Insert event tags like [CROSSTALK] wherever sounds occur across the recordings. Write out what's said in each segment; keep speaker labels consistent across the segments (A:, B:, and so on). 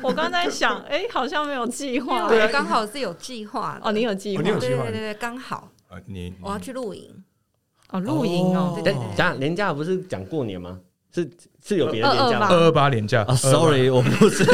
A: [LAUGHS] 我刚在想，哎、好像没有计
B: 因
A: 划。
B: 为我刚好是有计划
A: 啊
B: 的
A: 哦，你有计划
C: 哦你有
B: 对对
C: 计划
B: 对对，刚好
C: 呃，你
B: 我要去露营，
A: 哦，露营哦，
C: 哦
B: 对
D: 但
B: 对
D: 等一
B: 对，
D: 下年假不是讲过年吗？是是有别的年假
A: 228
D: 吗？
C: 二二八年假呃
D: 啊，sorry，我不是，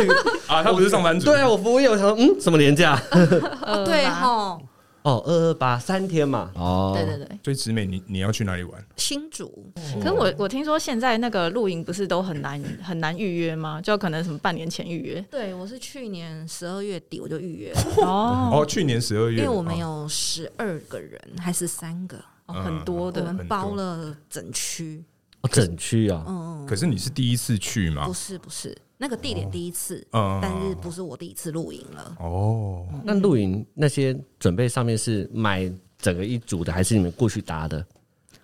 C: 啊，他不是上班族，
D: [LAUGHS] 对啊，我服务业，我想说，嗯，什么年假？
A: 呃
B: 啊对
A: 吧
B: 吼，
D: [LAUGHS] 哦，二二八三天嘛，哦，
A: 对对对。
C: 所以直美，你你要去哪里玩？
B: 新竹
A: 可是
C: 哦
A: 我我听说现在那个露营不是都很难很难预约吗？就可能什么半年前预约
B: 对，我是去年十二月底我就预约了，
A: 哦，
C: 哦，去年十二月，
B: 因为我们
C: 哦
B: 有十二个人还是三个，
A: 哦
C: 嗯
A: 很多
B: 我
A: 的
B: 们包了整区。
D: 哦整区啊，
B: 嗯，
C: 可是你是第一次去嘛
B: 不？是不是，那个地点第一次，
C: 啊嗯
B: 但是不是我第一次露营了。
C: 哦，
D: 那露营那些准备上面是买整个一组的，还是你们过去搭的？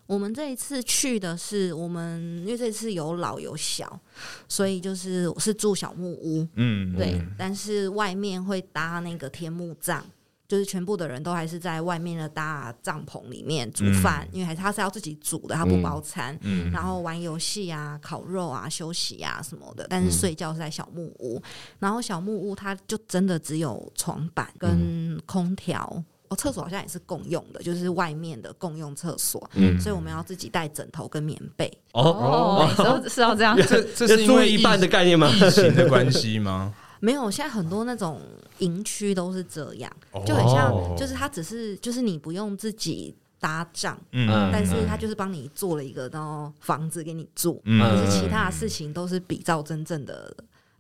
B: 我们这一次去的是我们，因为这次有老有小，所以就是我是住小木屋，
C: 嗯，
B: 对，但是外面会搭那个天幕帐。就是全部的人都还是在外面的大帐篷里面煮饭，因为还是他是要自己煮的，他不包餐。
C: 嗯
B: 然后玩游戏啊、烤肉啊、休息啊什么的，但
C: 嗯
B: 是睡觉是在小木屋。然后小木屋它就真的只有床板跟空调。哦，厕所好像也是共用的，就是外面的共用厕所，
D: 嗯
B: 所以我们要自己带枕头跟棉被。
A: 哦，是要是要这样，
C: 这这是
D: 要
C: 因
D: 租
C: 为
D: 一 [LAUGHS] 半的概念吗？
C: [LAUGHS] 疫疫情的关系吗？
B: 没有，现在很多那种营区都是这样
C: 哦，
B: 就很像，就是它只是就是你不用自己搭帐，
C: 嗯
B: 但是它就是帮你做了一个然后房子给你住，可
C: 嗯
D: 嗯
B: 是其他的事情都是比照真正的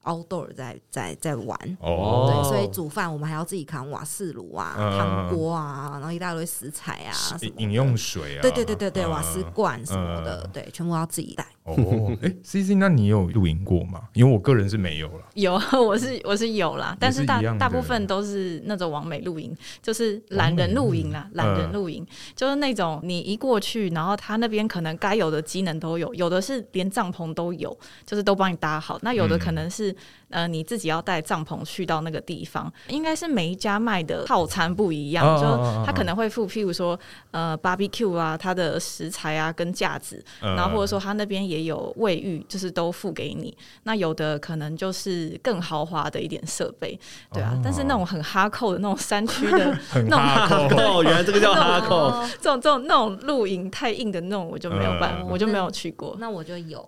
B: outdoor 在在在玩。
C: 哦，
B: 对，所以煮饭我们还要自己扛瓦斯炉啊、
C: 嗯
B: 汤锅啊，然后一大堆食材啊什么的
C: 饮用水啊，
B: 对对对对对，
C: 嗯
B: 瓦斯罐什么的，对，全部要自己带。
C: 哦，哎，C C，那你有露营过吗？因为我个人是没有了。
A: 有， [LAUGHS] 我是我是有啦，但
C: 也
A: 是
C: 是
A: 大
C: 一样的
A: 大部分都是那种完美露营，就是懒人露营啦，懒
C: 嗯
A: 人露营、就是那种你一过去，然后他那边可能该有的机能都有，有的是连帐篷都有，就是都帮你搭好。那有的可能
C: 嗯
A: 是、呃你自己要带帐篷去到那个地方，应该是每一家卖的套餐不一样，
C: 哦哦哦哦
A: 就他可能会付，譬如说呃 barbecue 啊，它的食材啊跟架子，
C: 嗯
A: 然后或者说他那边也有卫浴，就是都付给你。那有的可能就是更豪华的一点设备，对啊。但是那种很哈扣的那种山区的
C: 很
A: 那种
C: 哈
D: 哈
C: 扣，
D: 扣，哦原来这个叫哈扣，
A: [LAUGHS] 这种这种那种露营太硬的那种，我就没有办法，
C: 嗯
A: 我就没有去过。
B: 那我就有，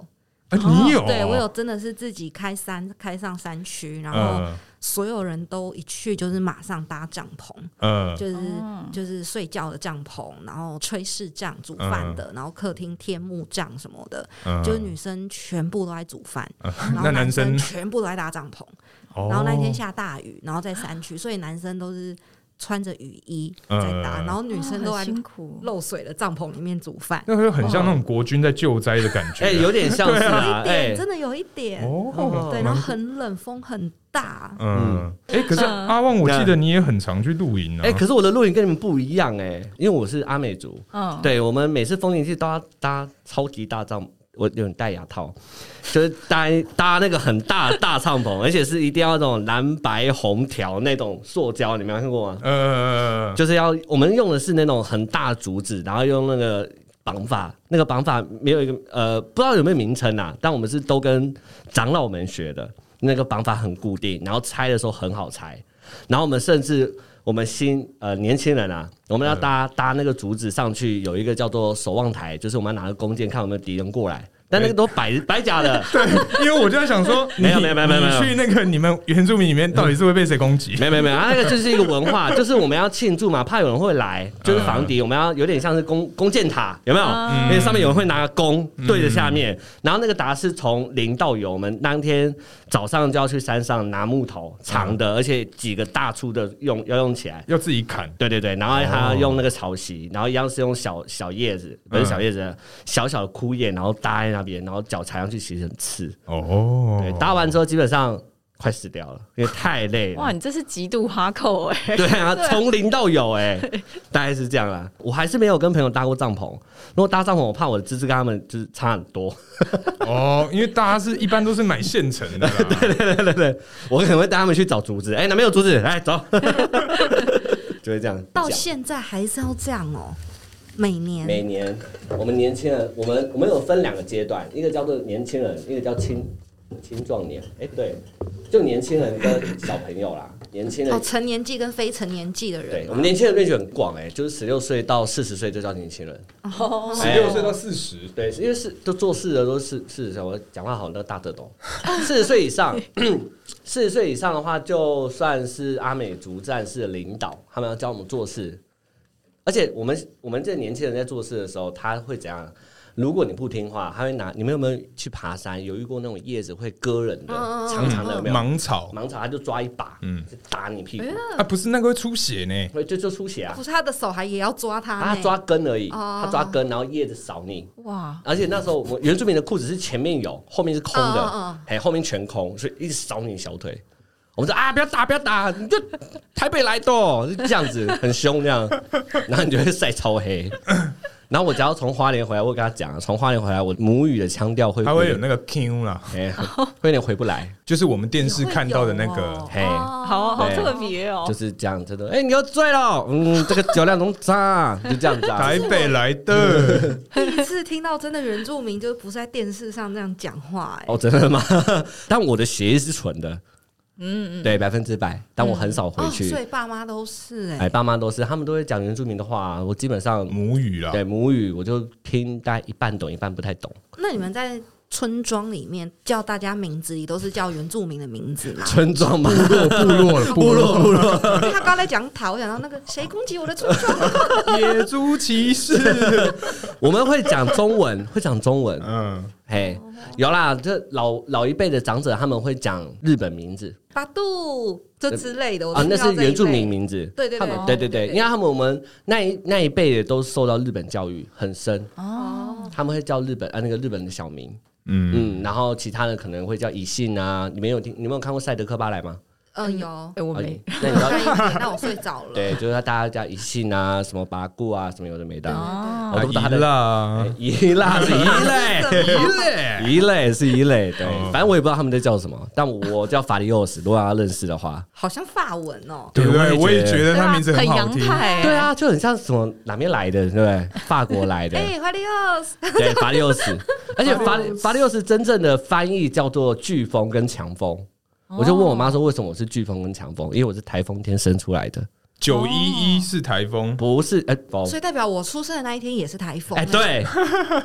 C: 啊你有？
B: 哦对我有，真的是自己开山开上山区，然后
C: 嗯
B: 所有人都一去就是马上搭帐篷，
C: 嗯
B: 就是
A: 哦
B: 就是睡觉的帐篷，然后炊事帐、煮饭的，然后客厅天幕帐什么的，
C: 嗯
B: 就是女生全部都在煮
C: [LAUGHS]
B: 饭，然
C: 那
B: 后
C: 男生
B: 生全部都在搭帐篷。
C: 哦
B: 然后那一天下大雨，然后在山区，所以男生都是穿着雨衣在搭，
C: 嗯
B: 然后女生都
A: 哦很
B: 在
A: 辛苦，
B: 漏水的帐篷里面煮饭。
C: 那会很像那种国军在救灾的感觉。
D: 哎，有点像是啊，哎
B: 点，真的有一点，
C: 哦，
B: 对，然后很冷，风很大。
C: 嗯，哎，可是阿旺，我记得你也很常去露营啊。
D: 哎，可是我的露营跟你们不一样哎，因为我是阿美族，
A: 嗯，
D: 对我们每次丰年祭都要搭超级大帐，我有点戴牙套， [LAUGHS] 就是搭搭那个很大的大帐篷，而且是一定要那种蓝白红条那种塑胶，你们有看过吗？
C: 呃，
D: 就是要我们用的是那种很大的竹子，然后用那个绑法，那个绑法没有一个呃，不知道有没有名称啊，但我们是都跟长老们学的，那个绑法很固定，然后拆的时候很好拆，然后我们甚至。我们新呃年轻人啊， [LAUGHS] 我们要搭、搭那个竹子上去，有一个叫做守望台，就是我们要拿个弓箭看有没有敌人过来，但那个都 [LAUGHS] 白白假的，
C: 因为我就在想说，你
D: [LAUGHS] 没有没有没有没有
C: 你去那个你们原住民里面到底是会被谁攻击？
D: [LAUGHS] 没有没有没有，啊，那个就是一个文化，就是我们要庆祝嘛，怕有人会来，就是防敌，我们要有点像是弓弓箭塔，有没有？因为上面有人会拿个弓对着下面，然后那个达是从零到有，我们当天早上就要去山上拿木头，长的，而且几个大粗的用要用起来。
C: 要自己砍。
D: 对对对，然后还要用那个草席，然后一样是用小小叶子，不是小叶子，小小的枯叶，然后搭在那边，然后脚踩上去其实很刺。
C: 哦，
D: 对，搭完之后基本上快死掉了，因为太累了。
A: 哇，你这是极度哈扣哎、
D: [LAUGHS] 对啊，从零到有哎、大概是这样啦。我还是没有跟朋友搭过帐篷，如果搭帐篷，我怕我的资质跟他们就是差很多。 [LAUGHS]
C: 哦，因为大家是一般都是买现成的啦，
D: [LAUGHS] 对对对，我可能会带他们去找竹子，哎、哪边有竹子？来走， [LAUGHS] 就会这样
B: 到
D: 讲。
B: 现在还是要这样哦，每年
D: 每年我们年轻人，我们我们有分两个阶段，一个叫做年轻人，一个叫青青壮年，哎、对，就年轻人跟小朋友啦，年轻人
B: 哦，成年纪跟非成年纪的
D: 对
B: 人，
D: 我们年轻人 range 很广哎、就是十六岁到四十岁就叫年轻人。
A: 哦
C: 十六岁到四十，
D: 对，因为是都做事的都是四十岁，我讲话好像都大得懂。四十岁以上，四十岁以上的话，就算是阿美族战士的领导，他们要教我们做事。而且我们我们这年轻人在做事的时候，他会怎样？如果你不听话，他会拿你们有没有去爬山？有遇过那种叶子会割人的，
B: 嗯嗯嗯
D: 长长的有没有？
C: 芒草
D: 芒草他就抓一把，
C: 嗯
D: 就打你屁股，
C: 啊，不是那个会出血呢，
D: 会就就出血啊
B: 不。是他的手还也要抓他呢，
D: 他抓根而已，
B: 哦
D: 他抓根，然后叶子扫你，
A: 哇，
D: 而且那时候我们原住民的裤子是前面有，后面是空
B: 嗯嗯
D: 的，哎，后面全空，所以一直扫你小腿。我们说啊，不要打，不要打，你就台北来的哦，就这样子，很凶这样， [LAUGHS] 然后你就会晒超黑。然后我只要从花莲回来，我会跟他讲，啊从花莲回来，我母语的腔调会
C: 它会有
D: 点
C: 那个 Q 啦，
D: 哎，会有点回不来，
C: 就是我们电视看到的那个
B: 哦
D: 嘿
A: [LAUGHS] 好好
D: 对
A: 特别哦
D: 就。是这样，真的。哎，你又醉了，嗯，这个酒量浓渣，就这样子啊
C: 台。北来的，
B: 第一次听到真的原住民就是不是在电视上这样讲话、哎、
D: 哦，真的吗？ [LAUGHS] 但我的血液是纯的，嗯嗯，对，百分之百。但我很少回
B: 哦，
D: 去，
B: 所以爸妈都是哎、
D: 哎，爸妈都是，他们都会讲原住民的话。我基本上
C: 母语啊啦，
D: 对母语，我就听大概一半懂，一半不太懂。
B: 那你们在村庄里面叫大家名字，也都是叫原住民的名字
D: [LAUGHS]
B: 吗？
D: 村庄嘛，部落
C: 啊部
D: [LAUGHS]
C: 落了，部落部落，
B: 因为他刚才讲塔，我想到那个谁攻击我的村庄，
C: 野猪骑
D: [LAUGHS]
C: 士，
D: 我们会讲中文， [LAUGHS] 会讲中文。
C: 嗯，
D: 嘿，有啦，这老老一辈的长者他们会讲日本名字
B: [LAUGHS] 巴杜这之类的，我
D: 啊，
B: 听
D: 那
B: 到
D: 是
B: 这一
D: 原住
B: 类
D: 民。名字。
B: 对对
D: 他
B: 对
D: 们
A: 哦
D: 对对对，因为他们我们那一那一辈的都受到日本教育很深，
A: 哦，
D: 他们会叫日本啊那个日本的小名，
C: 嗯，
D: 嗯，然后其他的可能会叫以信啊。你们有听，你们有看过《赛德克巴莱》吗？
B: 嗯有，
A: 哎，我没
D: 啊那
B: 我
D: 你知道
B: 看一眼 [LAUGHS] 那我睡着 [LAUGHS] 了。
D: [LAUGHS] 对，就是大家叫一信啊，什么八固啊，什么有的没的。
A: 哦
D: 我
C: 啊
D: 都不知道他的
C: 宜啦，
D: 一啦是一类，
C: 宜嘞，
D: 一类是一类，对
C: 哦，
D: 反正我也不知道他们在叫什么，但我叫法里奥斯，如果要认识的话，
B: 好像法文哦，
C: 对不对？我也觉
A: 对
C: 得他
A: 啊，
C: 名字
A: 很
C: 好
A: 洋
C: 听，
A: 派欸，
D: 对啊，就很像什么哪边来的，对不对？法国来的，
A: 欸
B: 哎，怀里
A: 哦
B: 奥斯，
D: 对，法里奥斯，而且法里法里奥斯真正的翻译叫做飓风跟强风。
A: 哦，
D: 我就问我妈说，为什么我是飓风跟强风？因为我是台风天生出来的，
C: 九一一
A: 哦
C: 是台风，
D: 不是哎，不
B: 所以代表我出生的那一天也是台风。
D: 哎，，对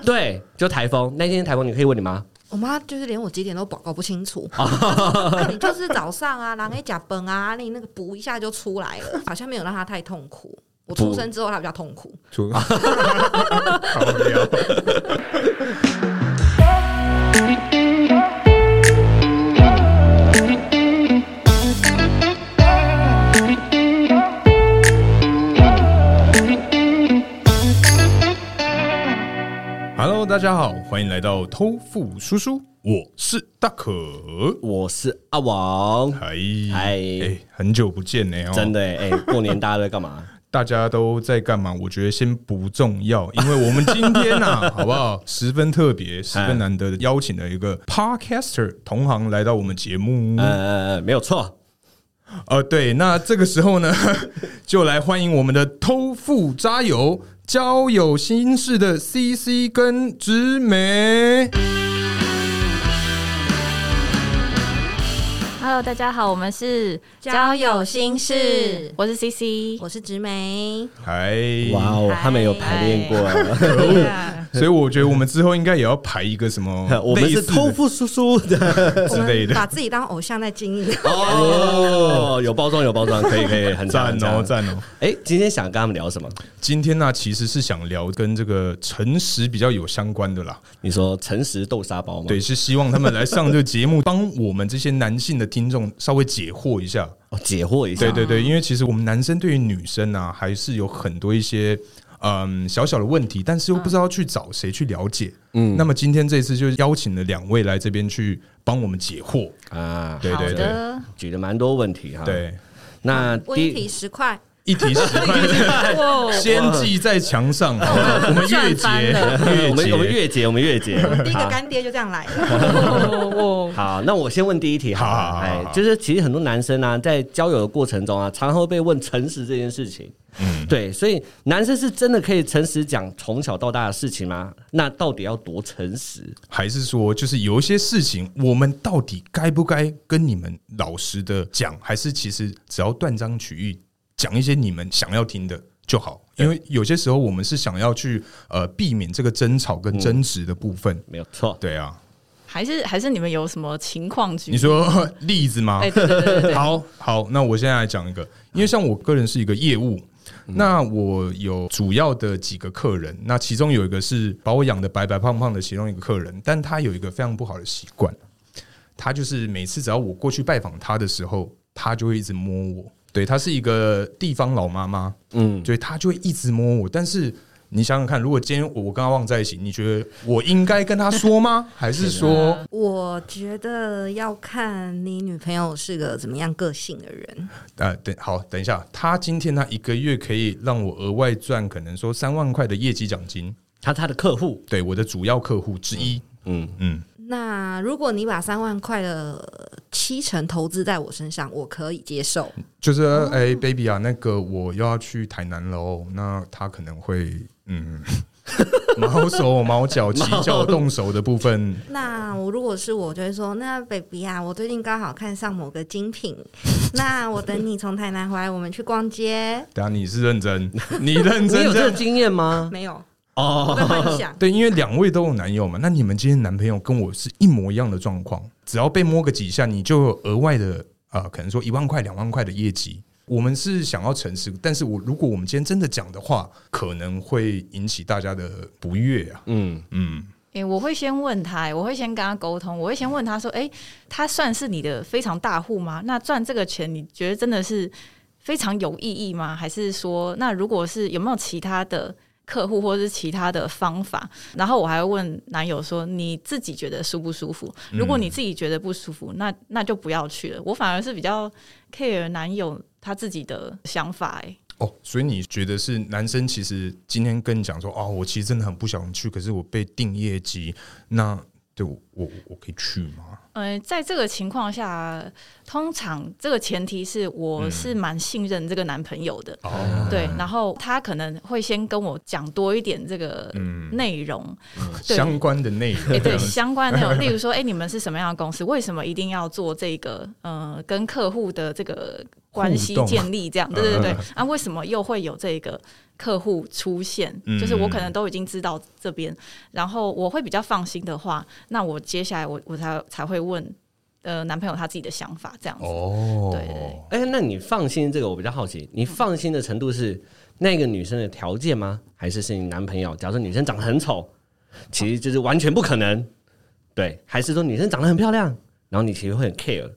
D: 对，就台风那天台风，你可以问你妈，
B: 我妈就是连我几点都搞搞不清
D: [LAUGHS]
B: 楚。她说那你就是早上啊，狼哎甲崩啊，你那个补一下就出来了，好像没有让她太痛苦。我出生之后她比较痛苦。
C: 出 [LAUGHS] 好聊，Hello，大家好，欢迎来到偷富叔叔，我是大可。
D: 我是阿王。
C: 嗨
D: 嗨
C: 哎，很久不见呢、哦，
D: 真的哎、欸，过年大家都在干嘛？
C: [LAUGHS] 大家都在干嘛？我觉得先不重要，因为我们今天
D: [LAUGHS]
C: 呐、啊，好不好？十分特
D: 嗯
C: 别，十分难得，邀请了一个 podcaster 同行来到我们节目。嗯
D: 呃，没有错，
C: 呃，对，那这个时候呢， [LAUGHS] 就来欢迎我们的偷富渣友、交友心事的 CC 跟直美。
A: Hello，大家好，我们是
B: 交友心事
A: 我是 [LAUGHS] CC。
B: 我是直
D: [LAUGHS]
B: 梅，
C: 嗨，
D: 哇哦，他们有排练
B: 哎
D: 过，
C: 所以我觉得我们之后应该也要排一个什么
D: [LAUGHS] [LAUGHS] 我们是
C: 类似的
D: 偷富叔叔的
B: 我
C: 之类
B: 们
C: 的
B: 把自己当偶像在经营。 [LAUGHS]
D: 哦， [LAUGHS] 有包装有包装，可以可以，很
C: 赞
D: 赞
C: 哦，
D: 很
C: 赞哦。
D: 哎、今天想跟他们聊什么？
C: 今天呢、其实是想聊跟这个诚实比较有相关的啦。
D: 你说诚实豆沙包吗？
C: 对，是希望他们来上这个节目，帮我们这些男性的听众稍微解惑一下。
D: 哦，解惑一下，
C: 对对对，因为其实我们男生对于女生啊，还是有很多一些嗯小小的问题，但是又不知道去找谁去了解。嗯，那么今天这次就邀请了两位来这边去帮我们解惑。
D: 啊，
C: 对
A: 好
C: 对对
A: 的，
D: 举了蛮多问题哈。，
C: 对，
D: 那
B: 问一
D: 第
B: 题十块，
C: [LAUGHS] 一提十
A: [LAUGHS]
C: 块，
A: 哇，
C: 先记在墙上。好不好 [LAUGHS] 我们越
A: 赚
C: 结
A: 翻了
C: 越
D: [LAUGHS] 我们
C: 结，
D: 我们月结，我们月结。
C: [LAUGHS]
B: 第一个
D: 好
B: 干爹就这样来了。
A: 哦哇，
D: [LAUGHS] 好，那我先问第一题好了，
C: 好好好
D: 哎
C: 好，
D: 就是其实很多男生啊，在交友的过程中啊，常常会被问诚实这件事情。嗯，对，所以男生是真的可以诚实讲从小到大的事情吗？那到底要多诚实？
C: 还是说，就是有一些事情，我们到底该不该跟你们老实的讲，还是其实只要断章取义，讲一些你们想要听的就好？因为有些时候我们是想要去呃避免这个争吵跟争执的部分。
D: 没有错，
C: 对啊，
A: 还是还是你们有什么情况举？
C: 你说例子吗？
A: 哎，对对对对对，
C: 好好，那我现在来讲一个，因为像我个人是一个业务，那我有主要的几个客人，那其中有一个是把我养的白白胖胖的其中一个客人，但他有一个非常不好的习惯，他就是每次只要我过去拜访他的时候，他就会一直摸我。对，她是一个地方老妈妈，嗯，对，她就会一直摸我。但是你想想看，如果今天我我跟她忘在一起，你觉得我应该跟她说吗？还是说
B: 我觉得要看你女朋友是个怎么样个性的人。
C: 呃，等好，等一下，他今天他一个月可以让我额外赚，可能说三万块的业绩奖金，
D: 他他的客户，
C: 对我的主要客户之一。
D: 嗯，
C: 嗯，
B: 那如果你把三万块的七成投资在我身上，我可以接受。
C: 就是
D: 哦
C: 哎、b a b y 啊，那个我又要去台南了哦，那他可能会
D: [LAUGHS]
C: 嗯，毛手毛脚、起脚动手的部分，
B: 那我如果是我，就会说，那 baby 啊，我最近刚好看上某个精品， [LAUGHS] 那我等你从台南回来，我们去逛街。
C: 等下你是认
D: [LAUGHS]
C: 真，你认
D: 你
C: 真
D: 有
C: 这
D: 这个
C: 样。
D: 经验吗？
B: 没有，我
D: 哦，
B: 在幻想。
C: 对，因为两位都有男友嘛，那你们今天男朋友跟我是一模一样的状况，只要被摸个几下，你就有额外的呃，可能说一万块、两万块的业绩。我们是想要诚实，但是我如果我们今天真的讲的话，可能会引起大家的不悦啊。
D: 嗯，
C: 嗯，
A: 哎、我会先问他、欸我会先跟他沟通，我会先问他说，哎、他算是你的非常大户吗？那赚这个钱，你觉得真的是非常有意义吗？还是说，那如果是有没有其他的客户或者是其他的方法？然后我还会问男友说，你自己觉得舒不舒服？
C: 嗯
A: 如果你自己觉得不舒服，那那就不要去了。我反而是比较 care 男友他自己的想法、欸，
C: 哦，所以你觉得是男生其实今天跟你讲说，哦，我其实真的很不想去，可是我被定业绩，那对我我我可以去吗？
A: 呃，在这个情况下，通常这个前提是我是蛮信任这个男朋友的，
C: 哦，
A: 对，然后他可能会先跟我讲多一点这个内容，对
C: 相关的内 [LAUGHS] 容
A: 哎、，对相关
C: [LAUGHS]
A: 的内容，例如说，哎、你们是什么样的公司？为什么一定要做这
C: [LAUGHS]
A: 个？呃，跟客户的这个关系
C: 互动
A: 建立，这样，对对对
C: 嗯。
A: 啊，为什么又会有这个客户出现？
C: 嗯
A: 就是我可能都已经知道这边，然后我会比较放心的话，那我接下来我我才才会问。呃，男朋友他自己的想法这样子，
C: 哦，
A: 对对对
D: 哎、那你放心这个，我比较好奇，你放心的程度是那个女生的条件吗？还是是你男朋友？假如说女生长得很丑，其实就是完全不可能，对？还是说女生长得很漂亮，然后你其实会很 care？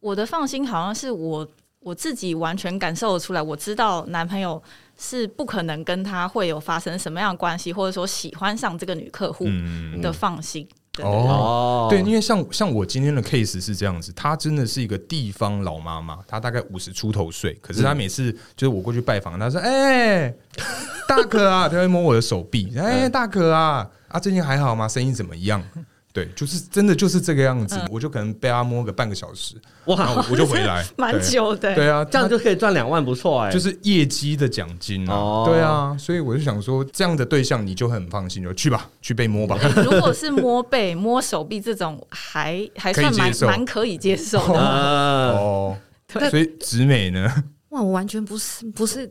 A: 我的放心好像是我我自己完全感受得出来，我知道男朋友是不可能跟他会有发生什么样的关系，或者说喜欢上这个女客户
C: 嗯
A: 的放心。对对对，
D: 哦
C: 对，因为像像我今天的 case 是这样子，她真的是一个地方老妈妈，她大概五十出头岁，可是
D: 嗯
C: 她每次就是我过去拜访，她说：“哎、大可啊，她会摸我的手臂，哎、
D: 嗯
C: 大可啊，啊，最近还好吗？生意怎么样？”对，就是真的就是这个样
D: 嗯
C: 子，我就可能被她摸个半个小
D: [LAUGHS]
C: 时，然后
D: 哇，
C: 我我就回
D: [LAUGHS]
C: 来
A: 蛮
C: 对。
A: 久的、
C: 对啊，
D: 这样就可以赚两万，不错哎、
C: 就是业绩的奖金啊
D: 哦，
C: 对啊，所以我就想说，这样的对象你就很放心，就去吧，去被摸吧。
D: 嗯
A: 如果是摸背、摸手臂这种，还还算
C: 可以
A: 蛮
C: 接受
A: 蛮可以接受的。
D: 呃， [LAUGHS]
C: 哦，所以直美呢？
B: [LAUGHS] 哇，我完全不是不是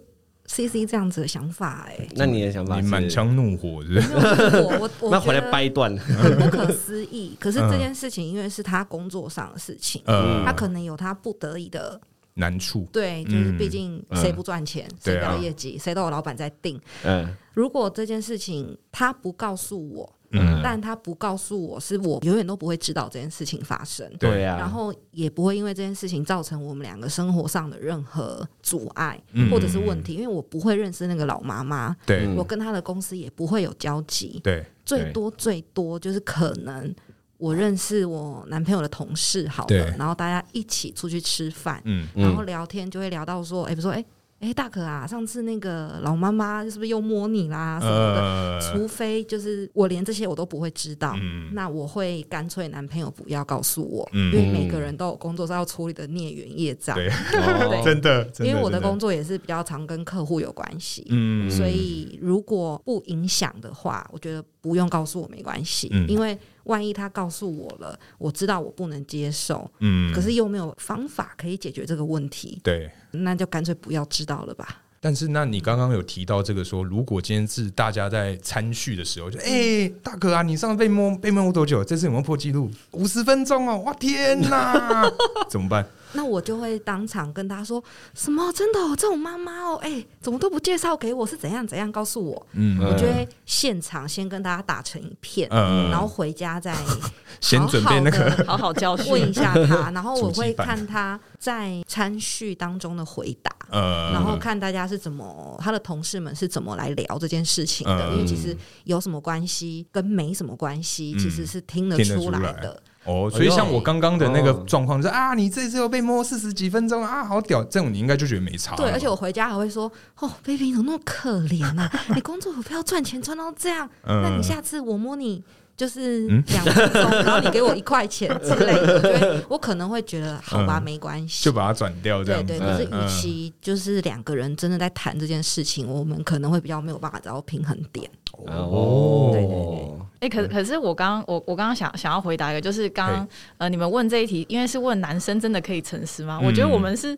B: C C 这样子的想法哎、
D: 那你的想法
C: 你
D: 是？
C: 满腔怒火是不是？
B: 我我
D: [LAUGHS] 那
B: 我
D: 回来
B: 觉得
D: 掰断，
B: 很不可思议。可是这件事情因为是他工作上的事情，
C: 呃
B: 他可能有他不得已的，
C: 难处，
B: 对，就是
C: 嗯
B: 毕竟谁不赚钱，谁
C: 对
B: 不
C: 啊
B: 要业绩，谁都有老板在定。
D: 嗯，
B: 如果这件事情他不告诉我，
C: 嗯
B: 但他不告诉我，是我永远都不会知道这件事情发生。
D: 对
B: 然
D: 啊，
B: 后也不会因为这件事情造成我们两个生活上的任何阻碍
C: 嗯
B: 或者是问题，因为我不会认识那个老妈妈，
C: 对
D: 嗯
B: 我跟她的公司也不会有交集，
C: 对
B: 最多最多就是可能我认识我男朋友的同事好
C: 对
B: 了，然后大家一起出去吃饭，
C: 嗯
B: 然后聊天就会聊到说，哎、比如说哎。哎、哎、大可啊，上次那个老妈妈是不是又摸你啦什么的？
C: 呃，
B: 除非就是我连这些我都不会知道，
C: 嗯
B: 那我会干脆男朋友不要告诉我，
C: 嗯
B: 因为每个人都有工作上要处理的孽缘业障。
C: 对，
D: 哦
C: 真的，真
B: 因为我的
C: 真
B: 工作也是比较常跟客户有关系，
C: 嗯
B: 所以如果不影响的话，我觉得不用告诉我没关系，
C: 嗯
B: 因为万一他告诉我了，我知道我不能接受，
C: 嗯
B: 可是又没有方法可以解决这个问题，
C: 对。
B: 那就干脆不要知道了吧。
C: 但是，那你刚刚有提到这个说，如果今天是大家在参序的时候，就
B: 嗯
C: 哎、大哥啊，你上次被摸被摸多久？这次有没有破纪录？五十分钟哦！哇天
B: [LAUGHS]
C: 哪，怎么办？
B: 那我就会当场跟他说什么真的、哦、这种妈妈哦，哎、怎么都不介绍给我是怎样怎样，告诉我。
C: 嗯，
B: 我就会现场先跟大家打成一片，
C: 嗯
B: 然后回家再
C: [LAUGHS] 先准备那个
B: 好
A: 好
B: 好地
A: 好教训。
C: 嗯
B: 问一下他，然后
C: 主
B: 我
C: 机
B: 会
C: 版
B: 看他在参序当中的回答。
C: 呃，
B: 然后看大家是怎么，他的同事们是怎么来聊这件事情的，
C: 嗯
B: 因为其实有什么关系跟没什么关系，
C: 嗯
B: 其实是听得
C: 听得
B: 出
C: 出
B: 来
C: 来
B: 的。
C: 哦，所以像我刚刚的那个
D: 哦
C: 状况是啊，你这次又被摸四十几分钟啊，好屌！这种你应该就觉得没差了吧。
B: 对，而且我回家还会说：“哦，baby，你怎么那么可怜啊？
C: [LAUGHS]
B: 你工作股票赚钱赚到这样，
C: 嗯
B: 那你下次我摸你就是
C: 嗯
B: 两分
C: [LAUGHS]
B: 钟，然后你给我一块钱之类的。”我觉得我可能会觉得好吧，
C: 嗯
B: 没关系，
C: 就把它转掉这
B: 对对，。
C: 样子
B: 可是
C: 嗯
B: 与其就是两个人真的在谈这件事情，我们可能会比较没有办法找到平衡点。
D: 哦，
B: 对对对
A: 哎、可可是我刚我我刚刚想想要回答一个，就是刚刚呃你们问这一题，因为是问男生真的可以诚实吗？
C: 嗯
A: 我觉得我们是。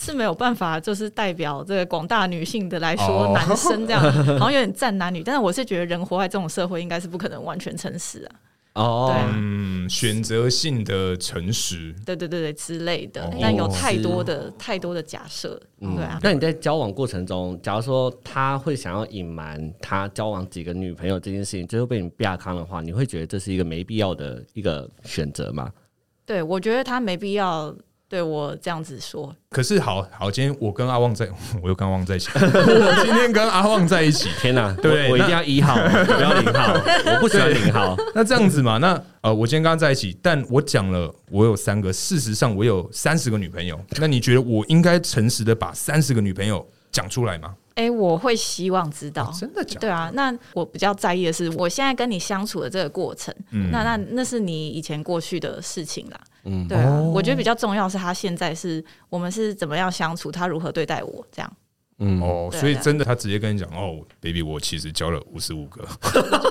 A: 是没有办法，就是代表这个广大女性的来
C: 哦
A: 说，男生
C: [LAUGHS]
A: 这样好像有点占男女，但是我是觉得人活在这种社会，应该是不可能完全诚实啊，
D: 哦，
C: 嗯，选择性的诚实，
A: 对对对对之类的
C: 哦，嗯
A: 但有太多的太多的假设，对啊，
D: 那你在交往过程中，假如说他会想要隐瞒他交往几个女朋友这件事情，最后被你啪康的话，你会觉得这是一个没必要的一个选择吗？
A: 对我觉得他没必要对我这样子说，
C: 可是好好，今天我跟阿旺在， [LAUGHS] 我又跟阿旺
B: [LAUGHS]
C: 在一起。我今天跟阿旺在一起，
D: 天哪，
C: 对
D: 我我一
C: 那
D: 定要一号，哦我不要零号，我不喜 [LAUGHS] 欢零号。
C: 那这样子嘛，那呃，我今天跟他在一起，但我讲了，我有三个，事实上我有三十个女朋友。那你觉得我应该诚实的把三十个女朋友讲出来吗？
A: 哎、我会希望知道，
C: 哦真的假的？
A: 对啊，那我比较在意的是，我现在跟你相处的这个过程，那那那是你以前过去的事情啦。嗯，对啊，我觉得比较重要是他现在是我们是怎么样相处，他如何对待我，这样
D: 嗯，
C: 哦，
B: 啊
A: 对
C: 所以
A: 对
C: 真的，他直接跟你讲哦，baby，我其实交了五十五个。
A: [LAUGHS]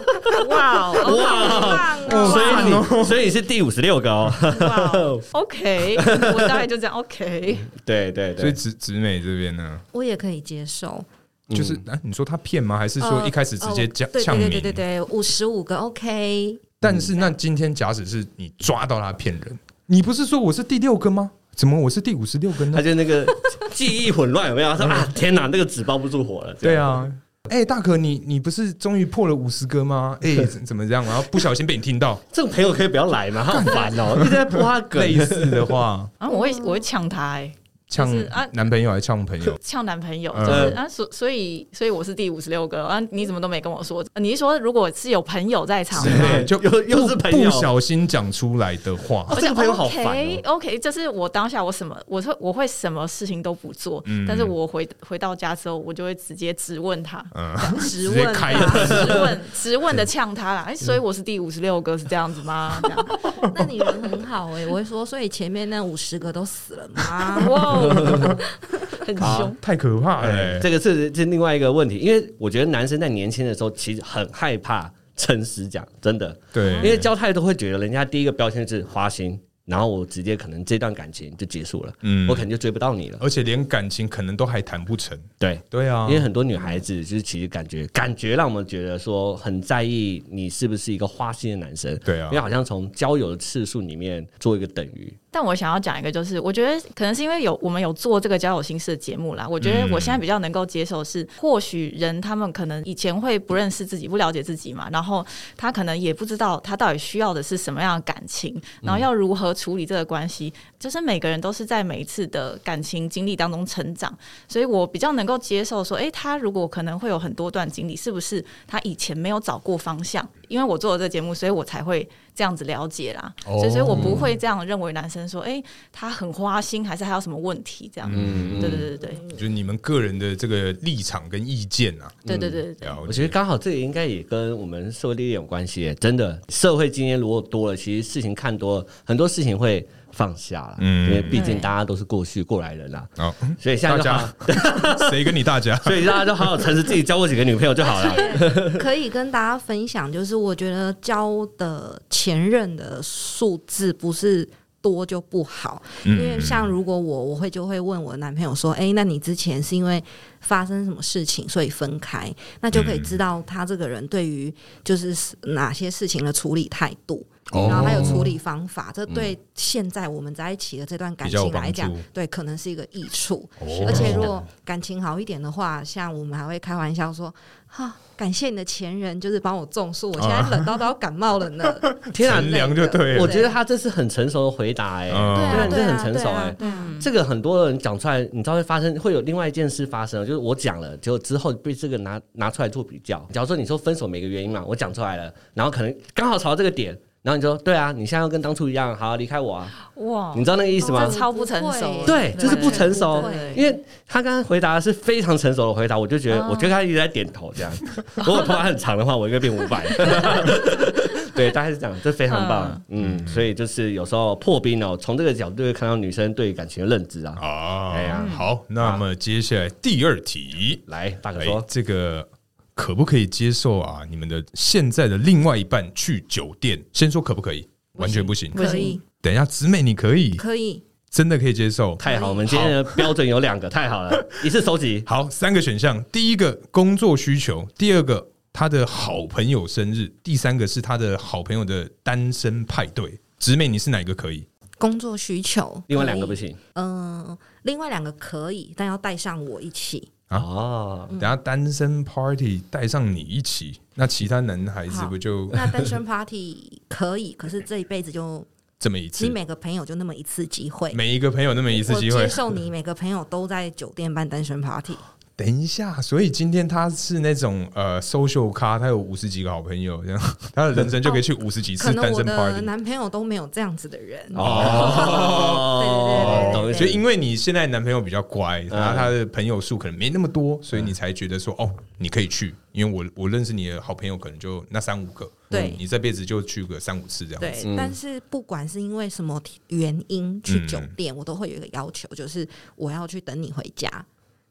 A: 哇哦
D: 哇，所以你所以你是第五十六个哦。
A: 哇哦，OK，我大概就这样 OK。
D: [LAUGHS] 对对
C: 所以，直直美这边呢，
B: 我也可以接受，
C: 就是啊，你说他骗吗？还是说
B: 呃
C: 一开始直接
B: 哦
C: 呛
B: 对
C: 呛
B: 对对
C: 明？
B: 对对对，五十五个
C: [LAUGHS]
B: OK，
C: 但
D: 嗯
C: 是那今天假使是你抓到他骗人，你不是说我是第六个吗？怎么我是第五十六个
D: 他
C: 呢？
D: 就那个记忆混乱，有没有？他说啊，天哪，那个纸包不住火了。这
C: 嗯对
D: 样，
C: 啊。哎、大可，你你不是终于破了五十个吗？哎、怎怎么这样？然后不小心被你听
D: [LAUGHS]
C: 到
D: 这种朋友可以不要来吗？好烦哦，一直在泼他
C: [LAUGHS]
D: 梗。
C: 类
D: [LAUGHS]
C: 似的话，
A: 然后我会我会呛他、欸，
C: [LAUGHS] 呛
A: 就是啊？
C: 男朋友还是呛朋友
A: 呛男朋友，
C: 嗯
A: 就是啊，所所以所以我是第五十六个啊，你怎么都没跟我说？啊你是说如果是有朋友在场的话
C: 对，就
D: 又又是
C: 不
D: 朋友
C: 不小心讲出来的话，
D: 哦这个朋友好烦哦
A: OK OK，就是我当下我什么，我会我会什么事情都不做，
C: 嗯
A: 但是我回回到家之后，我就会直接质问
D: [LAUGHS]
A: 他，
C: 嗯，
B: 直
C: 直接
B: 问
C: 开
B: 吧。
A: 质
D: 嗯
A: 问质问的呛他啦。哎，所以我是第五十六个是这样子吗？这样
B: 那你人很好哎、我会说，所以前面那五十个都死了吗？
A: 哇
D: [LAUGHS]
A: 哦， [LAUGHS] 很凶。
C: 太可怕了、
D: 哎
C: 欸，
D: 这个是是另外一个问题，因为我觉得男生在年轻的时候其实很害怕诚实讲，真的，
C: 对，
D: 因为交太多会觉得人家第一个标签是花心，然后我直接可能这段感情就结束了，
C: 嗯
D: 我可能就追不到你了。
C: 而且连感情可能都还谈不成。
D: 对，
C: 对啊
D: 因为很多女孩子就是其实感觉感觉让我们觉得说很在意你是不是一个花心的男生，
C: 对啊
D: 因为好像从交友的次数里面做一个等于，
A: 但我想要讲一个，就是我觉得可能是因为有我们有做这个交友心事的节目啦，我觉得我现在比较能够接受是，或许人他们可能以前会不认识自己、不了解自己嘛，然后他可能也不知道他到底需要的是什么样的感情，然后要如何处理这个关系，就是每个人都是在每一次的感情经历当中成长，所以我比较能够接受说，诶、他如果可能会有很多段经历，是不是他以前没有找过方向？因为我做了这个节目，所以我才会这样子了解啦。
C: 哦
A: 所以，所以我不会这样认为男生说，哎、他很花心，还是还有什么问题这样。
D: 嗯
A: 对对对对
C: 就是你们个人的这个立场跟意见啊，
A: 对对对对对。
C: 了
D: 我
C: 解
D: 觉得刚好这个应该也跟我们社会历练有关系耶，真的，社会经验如果多了，其实事情看多了，很多事情会放下了，
C: 嗯
D: 因为毕竟大家都是过去过来人啦、
C: 好，
D: 所以现在就
C: 大
D: 好
C: 家，
D: [LAUGHS]
C: 谁跟你大家？
D: 所以大家就好好诚实自己交过几个女朋友就好了。
C: [LAUGHS]
B: 可以跟大家分享，就是我觉得交的前任的数字不是。多就不好， [LAUGHS]
C: 嗯
B: 因为像如果我，我会就会问我男朋友说：“诶，那你之前是因为发生什么事情所以分开？”那就可以知道他这个人对于就是哪些事情的处理态度，
C: 哦嗯
B: 然后还有处理方法。这对现在我们在一起的这段感
C: 比较有
B: 情来讲
C: 帮助，
B: 对可能是一个益处。
C: 哦
B: 而且如果感情好一点的话，像我们还会开玩笑说：“哈，感谢你的前人，就是帮我种树，我现在冷到都要感冒了呢。
D: 天啊
C: 乘，凉就对了
D: 我觉得他这是很成熟的回答哎、
C: 嗯
B: 对啊，
D: 对这
B: 对
D: 很
B: 啊，
D: 成
B: 对
D: 熟
B: 啊
D: 哎，
B: 对啊
D: 这个很多人讲出来，你知道会发生，会有另外一件事发生，就是我讲了，结果之后被这个拿拿出来做比较。假如说你说分手每个原因嘛，我讲出来了，然后可能刚好朝这个点，然后你说对啊，你现在要跟当初一样，好离开我啊，
A: 哇
D: 你知道那个意思吗
A: 这？超不成熟，
D: 对，这是不成熟
B: 对，
D: 因为他刚刚回答是非常成熟的回答，我就觉得，我觉得他一直在点头这样。如果头发很长的话，我应该变五百。对，大概是这样，这非常棒，嗯，所以就是有时候破冰哦，从这个角度会看到女生对感情的认知啊。
C: 啊，
D: 哎呀
C: 好，那么接下来第二题，
D: 来，大可
C: 哎
D: 说，，
C: 这个可不可以接受啊？你们的现在的另外一半去酒店，先说可不可以？完全不行。
A: 不
B: 可以
A: 行，
C: 等一下，子美你可以，
B: 可以。
C: 真的可以接受。
D: 太好，我们今天的标准有两个，太
B: [LAUGHS]
D: 好了，一次收集，
C: 好，三个选项，第一个工作需求，第二个他的好朋友生日，第三个是他的好朋友的单身派对。直美，你是哪一个可以？
B: 工作需求，
D: 另外两个不
B: 可以，
D: 行
B: 嗯、另外两个可以，但要带上我一起。
C: 啊
D: 哦。
C: 等一下单身 party 带上你一起，那其他男孩子
B: 好
C: 不就
B: 那单身 party 可以，可是这一辈子就
C: 这么一
B: 你
C: 次？
B: 每个朋友就那么一次机会，
C: 每一个朋友那么一次机
B: 我
C: 会
B: 接。受你每个朋友都在酒店办单身 party，
C: 等一下，所以今天他是那种呃 social 咖，他有五十几个好朋友，这样他的人生就可以去五十几
B: 哦可
C: 次
B: 能
C: 单
B: 我
C: 身
B: 的
C: party。
B: 男朋友都没有这样子的人。
D: 哦，
B: 对对对对对
D: 懂意思
C: 就因为你现在男朋友比较乖，然后
D: 嗯
C: 他的朋友数可能没那么多，所以你才觉得
B: 嗯
C: 说哦，你可以去，因为我我认识你的好朋友可能就那三五个，
B: 对
C: 嗯你这辈子就去个三五次这样子。
B: 对，但是不管是因为什么原因去
C: 嗯
B: 酒店，我都会有一个要求，就是我要去等你回家，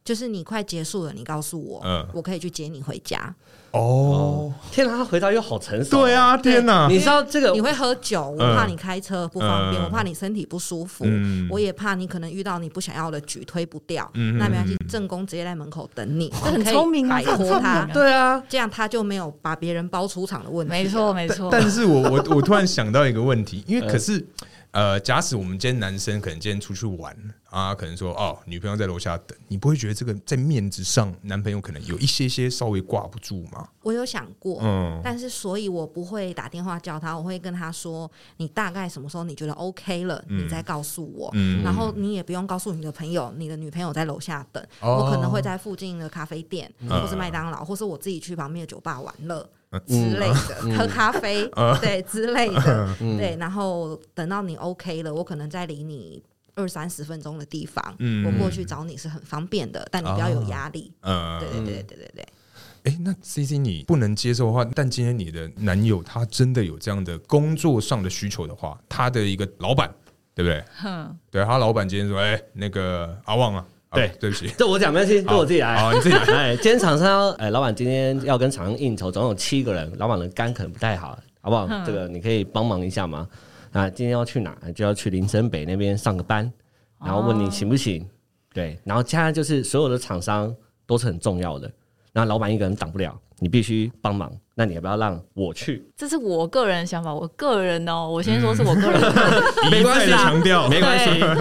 B: 就是你快结束了，你告诉我，
C: 嗯
B: 我可以去接你回家。
C: 哦，
D: 天哪，他回答又好成熟。
C: 对，啊，天哪！
D: 你知道
A: 呃
D: 这个
B: 你会喝酒，我
C: 嗯
B: 怕你开车不方便，
C: 嗯
B: 我怕你身体不舒服，
C: 嗯
B: 我也怕你可能遇到你不想要的局推不掉。
C: 嗯
B: 那没关系，正宫直接在门口等你，
A: 这很聪明啊
B: 你可以摆脱
A: 这很聪
B: 他
A: 明，
D: 对啊，
B: 这样他就没有把别人包出场的问题。
A: 没错，没错。
C: 但是我我我突然想到一个问题，因为
D: 嗯
C: 可是呃，假使我们今天男生可能今天出去玩啊，可能说哦，女朋友在楼下等，你不会觉得这个在面子上，男朋友可能有一些些稍微挂不住吗？
B: 我有想过，
C: 嗯，
B: 哦但是所以我不会打电话叫他，我会跟他说，你大概什么时候你觉得 OK 了，你再告诉我。
C: 嗯
B: 然后你也不用告诉你的朋友，你的女朋友在楼下等，
C: 哦
B: 我可能会在附近的咖啡店，
C: 嗯
B: 或是麦当劳，或是我自己去旁边的酒吧玩乐。
D: 嗯
B: 之类的，喝咖啡，
C: 嗯
B: 对之类的，对，然后等到你 OK 了，我可能再离你二三十分钟的地方，
C: 嗯
B: 我过去找你是很方便的，但你不要有压力。
C: 呃，
B: 对对对对对对，
C: 哎、那 C C 你不能接受的话，但今天你的男友他真的有这样的工作上的需求的话，他的一个老板，对不对？
A: 哼，
C: 对他老板今天说，哎、那个阿旺啊，啊
D: 对
C: 对不起，
D: 这我讲没关系，这我自己来。
C: 哦好，你自己来。
D: [LAUGHS] 哎，今天厂商要哎，老板今天要跟厂商应酬，总共有七个人，老板的肝可能不太好，好不好？这个你可以帮忙一下吗？啊，今天要去哪？就要去林森北那边上个班，然后问你行不行？对，然后现在就是所有的厂商都是很重要的，那老板一个人挡不了，你必须帮忙。那你要不要让我去？
A: 这是我个人的想法，我个人哦，我先说
D: 嗯
A: 是我个人，
C: 一再的
A: 啊
C: 强调，
A: 对，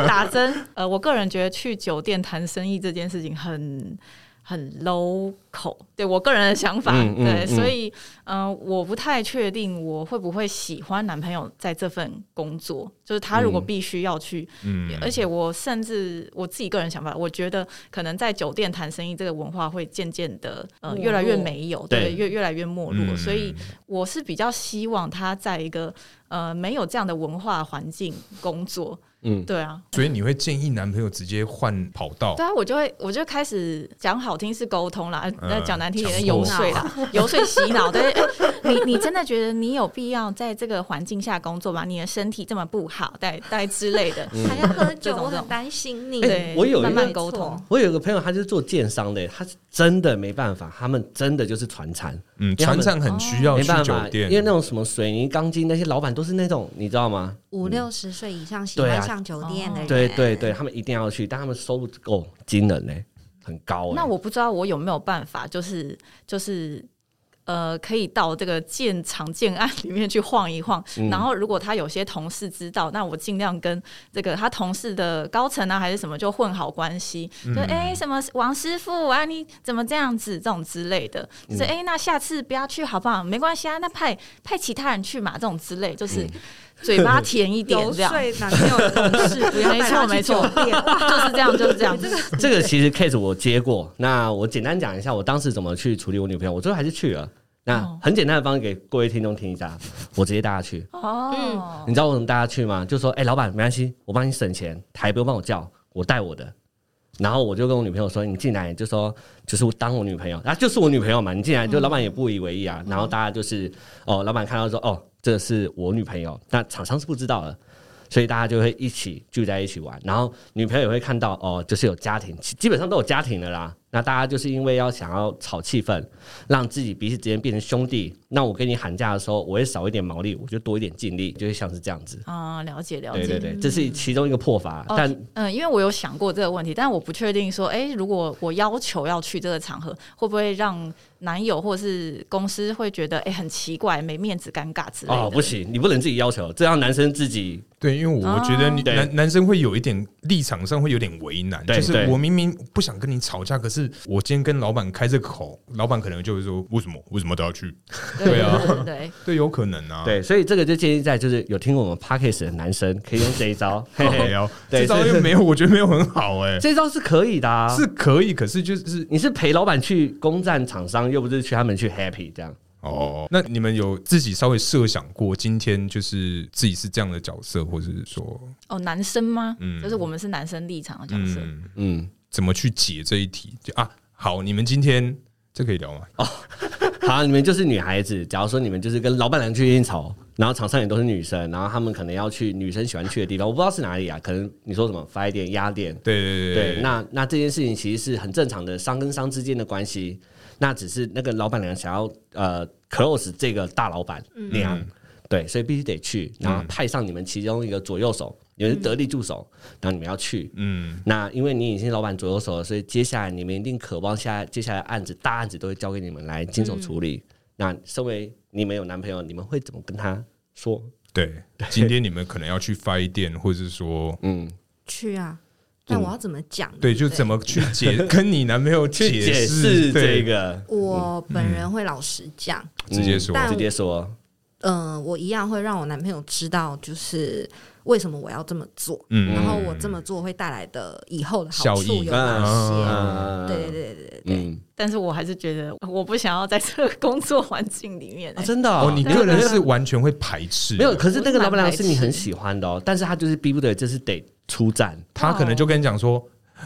A: 打针。呃，我个人觉得去酒店谈生意这件事情很很 local。对我个人的想法，
D: 嗯嗯
A: 对，
D: 嗯
A: 所以嗯、呃我不太确定我会不会喜欢男朋友在这份工作，就是他如果必须要去，
C: 嗯
A: 而且我甚至我自己个人想法，我觉得可能在酒店谈生意这个文化会渐渐的呃
B: 没落
A: 越来越没有，
D: 对
A: 对，越越来越没落，
C: 嗯
A: 所以我是比较希望他在一个呃没有这样的文化环境工作，
D: 嗯，
A: 对啊，
C: 所以你会建议男朋友直接换跑道
A: 对？啊，我就会我就开始讲好听是沟通啦，
D: 嗯
A: 呃那、讲难听点是
C: 强
A: 游
C: 迫
A: 说啦，游说洗
D: [LAUGHS]
A: 脑。但是、哎你你真的觉得你有必要在这个环境下工作吗？你的身体这么不好，带带之类的。
B: 还要喝
A: 嗯 [LAUGHS] 这
B: 酒，
A: 种
B: 我
A: 这
B: 很
A: 种
B: 担心你。
A: 对，
D: 哎我有一个
A: 慢慢
B: 没
A: 沟
B: 错
A: 通，
D: 我有一个朋友，他是做建商的，他是真的没办法，他们真的就是传产，
C: 嗯，
D: 因为他
C: 船
D: 们哦
C: 上很需要
D: 没
C: 去
D: 办
C: 酒
D: 法，因
C: 店，
D: 为那种什么水泥钢筋那些老板都是那种，你知道
C: 嗯
D: 吗？
B: 五六十岁以上喜
D: 嗯对
B: 欢
D: 啊
B: 上酒店
A: 哦
B: 的人，
D: 对对对，他们一定要去，但他们收入够惊人嘞，很高欸。
A: 那我不知道我有没有办法，就是就是呃，可以到这个建厂建案里面去晃一晃。
D: 嗯
A: 然后如果他有些同事知道，那我尽量跟这个他同事的高层啊还是什么就混好关系，就
D: 嗯
A: 哎、什么王师傅啊，你怎么这样子这种之类的，就是
D: 嗯
A: 哎、那下次不要去好不好？没关系啊，那派派其他人去嘛，这种之类
D: 嗯
A: 就是。嘴巴甜一 [LAUGHS] 点，
B: 游
A: 这样
B: 说男朋友的同
A: [LAUGHS]
B: 事不要
A: 没
B: 带
A: 错
B: 他
A: 没
B: 去酒
A: 错，
B: 店。
A: 就是这 [LAUGHS] 样，就是这样。
D: 这个其实 case 我接过，那我简单讲一下我当时怎么去处理我女朋友，我最后还是去了。那很简单的方式给各位听众听一下，我直接带她去。
A: 哦，
D: 你知道我怎么带她去吗？就说，哎、老板没关系，我帮你省钱，台不用帮我叫，我带我的。然后我就跟我女朋友说，你进来就说就是当我女朋友，啊，就是我女朋友嘛，你进来就老板也不以为意啊。然后大家就是哦，老板看到说哦，这是我女朋友，那厂商是不知道的。所以大家就会一起聚在一起玩，然后女朋友也会看到哦，就是有家庭，其基本上都有家庭的啦。那大家就是因为要想要炒气氛，让自己彼此之间变成兄弟。那我跟你喊价的时候，我会少一点毛利，我就多一点尽力，就会像是这样子。
A: 啊、了解了
D: 对
A: 解
D: 对。对，这是其中一个破法，
A: 哦
D: 但
A: 嗯，因为我有想过这个问题，但我不确定说，哎、如果我要求要去这个场合，会不会让男友或是公司会觉得，哎、很奇怪、没面子、尴尬之类的？
D: 哦不行，你不能自己要求，这让男生自己
C: 对，因为我
D: 哦
C: 我觉得你
D: 对
C: 男男生会有一点立场上会有点为难，
D: 对
C: 就是
D: 对
C: 我明明不想跟你吵架，可是我今天跟老板开这个口，老板可能就会说为什么为什么都要去？对
A: 对
C: 啊
A: 对对对，
C: 对，有可能啊， [LAUGHS]
D: 对，所以这个就建议在就是有听过我们 podcast 的男生可以用这
C: [LAUGHS]
D: 一招，嘿
C: 靠
D: 嘿
C: 腰，
D: 对
C: 哦这招
D: 是
C: 又没有，我觉得没有很好哎、
D: 这一招是可以的啊。
C: 是可以，可是就是
D: 你是陪老板去攻占厂商，又不是去他们去 happy 这样。
C: 哦，那你们有自己稍微设想过今天就是自己是这样的角色，或者是说
A: 哦，男生吗？
C: 嗯
A: 就是我们是男生立场的角色。
C: 嗯
D: 嗯，
C: 怎么去解这一题？就啊，好，你们今天这可以聊
D: 哦
C: 吗？
D: 好，你们就是女孩子，假如说你们就是跟老板娘去应酬，然后厂商也都是女生，然后他们可能要去女生喜欢去的地方，我不知道是哪里啊，可能你说什么发一点压店，
C: 对对对
D: 对，那那这件事情其实是很正常的，商跟商之间的关系。那只是那个老板娘想要呃 close 这个大老板
B: 嗯
D: 娘，
C: 嗯
D: 对，所以必须得去，然后派上你们其中一个左右手，你
B: 嗯
D: 们是得力助手，然后你们要去。
C: 嗯，
D: 那因为你已经是老板左右手了，所以接下来你们一定渴望下接下来案子大案子都会交给你们来经
B: 嗯
D: 手处理。那身为你们有男朋友，你们会怎么跟他说？
C: 对，今天你们可能要去发店，或者是说。
D: 嗯，
B: 去啊！但我要怎么讲？
C: 对，就怎么去解跟你男朋友
D: 去解
C: 释
D: 释这
C: 对
D: 个，
B: 我
D: 嗯
B: 本人会老实讲，
C: 直接说，
B: 但
D: 直接说，
B: 嗯，我一样会让我男朋友知道，就是为什么我要这么做，
C: 嗯
B: 然后我这么做会带来的以后的好
C: 效
B: 处
C: 益
B: 有哪
D: 嗯
B: 些？对对对对对对。
D: 嗯，
A: 但是我还是觉得我不想要在这个工作环境里面、
D: 啊，
A: 哎
D: 真的
C: 哦，你
D: 没有
C: 个人
B: 啊
C: 是完全会排斥的，
D: 没有，可是那个老板娘是你很喜欢的哦，但是她就是逼不得，就是得出战，
C: 他可能就跟你讲说，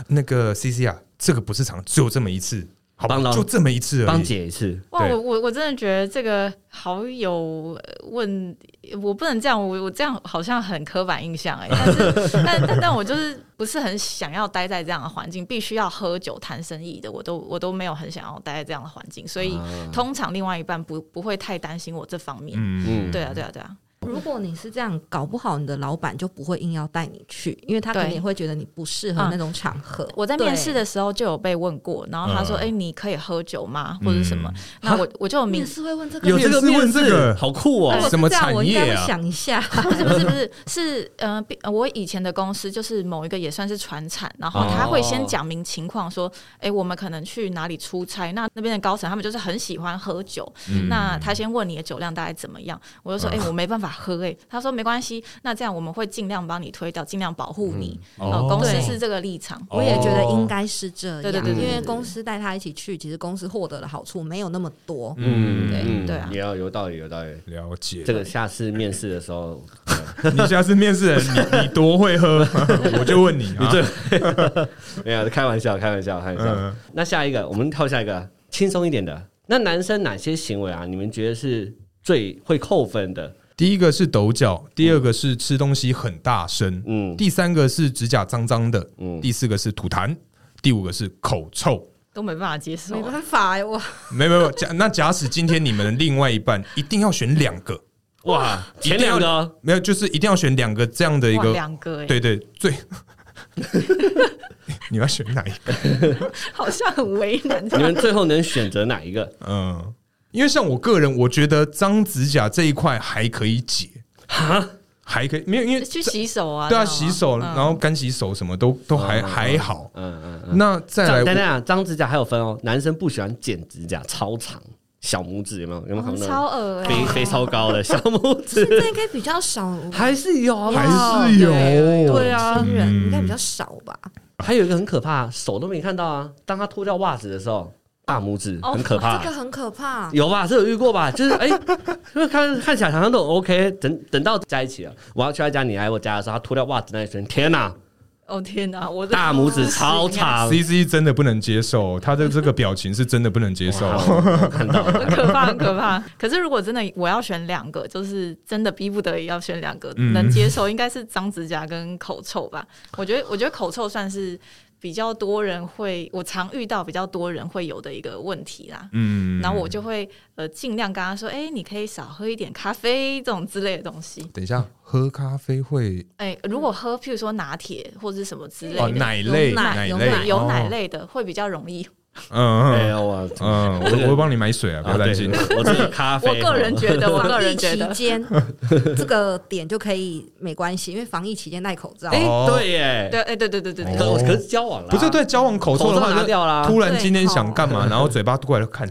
C: 那个 C C 啊，这个不是场，只有这么一次，好吧
D: 帮，老
C: 就这么一次而
D: 帮
C: 已。
D: 解一次。
A: 哇，
C: 对
A: 我我我真的觉得这个好有呃问，我不能这样，我我这样好像很刻板印象哎、但是但但但我就是不是很想要待在这样的环境，必须要喝酒谈生意的，我都我都没有很想要待在这样的环境，所以、通常另外一半不不会太担心我这方面。
C: 嗯
D: 啊嗯
A: 对啊，对啊，对啊，
B: 如果你是这样，搞不好你的老板就不会硬要带你去，因为他可能
A: 对
B: 也会觉得你不适合
A: 嗯
B: 那种场合。
A: 我在面试
B: 对
A: 的时候就有被问过，然后他说：“
C: 嗯
A: 哎、你可以喝酒吗？或者什么
C: 嗯？”
A: 那我我就有明
B: 面试会问这个，
D: 有这个
C: 面试问这个
D: 面试好酷哦、
B: 哎我是
C: 什么
B: 这样
C: 产
B: 我应该
C: 业
B: 会
C: 啊
B: 想一下，
A: 不是不是不是是呃，毕呃我以前的公司就是某一个也算是船产，然后他会
C: 哦
A: 先讲明情况，说，哎、我们可能去哪里出差，那那边的高层他们就是很喜欢喝酒，
C: 嗯
A: 那他先问你的酒量大概怎么样，我就说，哎、我没办法喝、哎，他说没关系，那这样我们会尽量帮你推掉，尽量保护你，
C: 嗯
A: 呃，公司
B: 对
A: 是这个立场，
B: 我也觉得应
C: 哦
B: 该是这样，
A: 对对对对
B: 因为
A: 对
B: 公司带他一起去，其实公司获得的好处没有那么多。
D: 嗯
A: 对
D: 嗯
A: 对啊
D: 也要有道理，有道理。
C: 了解
D: 这。个下次面试的时候，
C: 你下次面试人，你你多会喝？ [LAUGHS] 我就问你啊，
D: 你没有开玩笑，开玩笑，开玩笑
C: 嗯。
D: 那下一个，我们跳下一个轻松一点的。那男生哪些行为啊？你们觉得是最会扣分的？
C: 第一个是抖脚，第二个是吃东西很大声，
D: 嗯
C: 第三个是指甲脏脏的，
D: 嗯
C: 第四个是吐痰，第五个是口臭。
A: 都没办法接受
B: 没。办法哎， [LAUGHS] 我
C: 没有没有，假那假使今天你们的另外一半一定要选两个，
D: 哇，前两个哦
C: 没有就是一定要选两个这样的一
A: 哇，
C: 个，
A: 两个哎、
C: 对对
D: [LAUGHS]
C: 最，你要选哪一个？
A: [LAUGHS] 好像很为难。
D: 你们最后能选择哪一个？
C: 嗯，因为像我个人，我觉得脏指甲这一块还可以解，还可以没有，因为
A: 去洗手啊，
C: 对啊，
A: 知道吗
C: 洗手，
A: 嗯
C: 然后干洗手什么都都还还好。
D: 嗯嗯嗯。
C: 那再
D: 长等
C: 来
D: 等啊，张指甲还有分哦。男生不喜欢剪指甲，超长，小拇指有没有？有没有看
A: 哦
D: 到？
A: 超恶
D: 飞
A: 哎、
D: 飞超高的小 [LAUGHS] 拇
B: 现
D: 指，
B: 在应该比较少，
D: 还是有啊，
C: 还是有
D: 对啊
B: 新人应该比较少吧？
D: 还有一个很可怕，手都没看到啊。当他脱掉袜子的时候，大拇指
A: 哦
D: 很可怕
B: 这。个很可怕。
D: 有吧？这有遇过吧？就是哎， [LAUGHS] 就是看看起来好像都很 OK，等等到在一起了，我要去他家，你来我家的时候，他脱掉袜子那一瞬间，天哪，
A: 哦天哪，我的
D: 大拇指超
A: 不行啊，
D: 长，
C: C C 真的不能接受，他的这个表情是真的不能接受。
D: 哇我看到了
C: [LAUGHS]
A: 很 [LAUGHS] 可怕，很可怕。可是如果真的我要选两个，就是真的逼不得已要选两个，
C: 嗯
A: 能接受应该是脏指甲跟口臭吧。我觉得，我觉得口臭算是比较多人会，我常遇到比较多人会有的一个问题啦。
C: 嗯，
A: 然后我就会呃尽量跟他说，哎、你可以少喝一点咖啡这种之类的东西。
C: 等一下喝咖啡会
A: 哎、如果喝譬如说拿铁或者什么之类的，
C: 哦奶类
B: 有奶有
C: 类
A: 对，有奶
C: 哦
A: 类的会比较容易。
D: 哎
C: 嗯嗯
D: 呦我
C: 嗯，我我会帮你买水啊，不要担心。
D: 啊对我自己咖啡，
A: 我个人觉
C: 哦
A: 得，我个
B: 防疫
A: 人觉得
B: 期，间这个点就可以没关系，因为防疫期间戴口罩。
D: 哎
C: 哦，
D: 对耶，
A: 对，哎、对对对对对，
D: 可可是交往了，啊
C: 不是对交往口臭的
D: 口
C: 话，
D: 罩拿掉啊啦
C: 就突然今天想干嘛，然后嘴巴过来就看，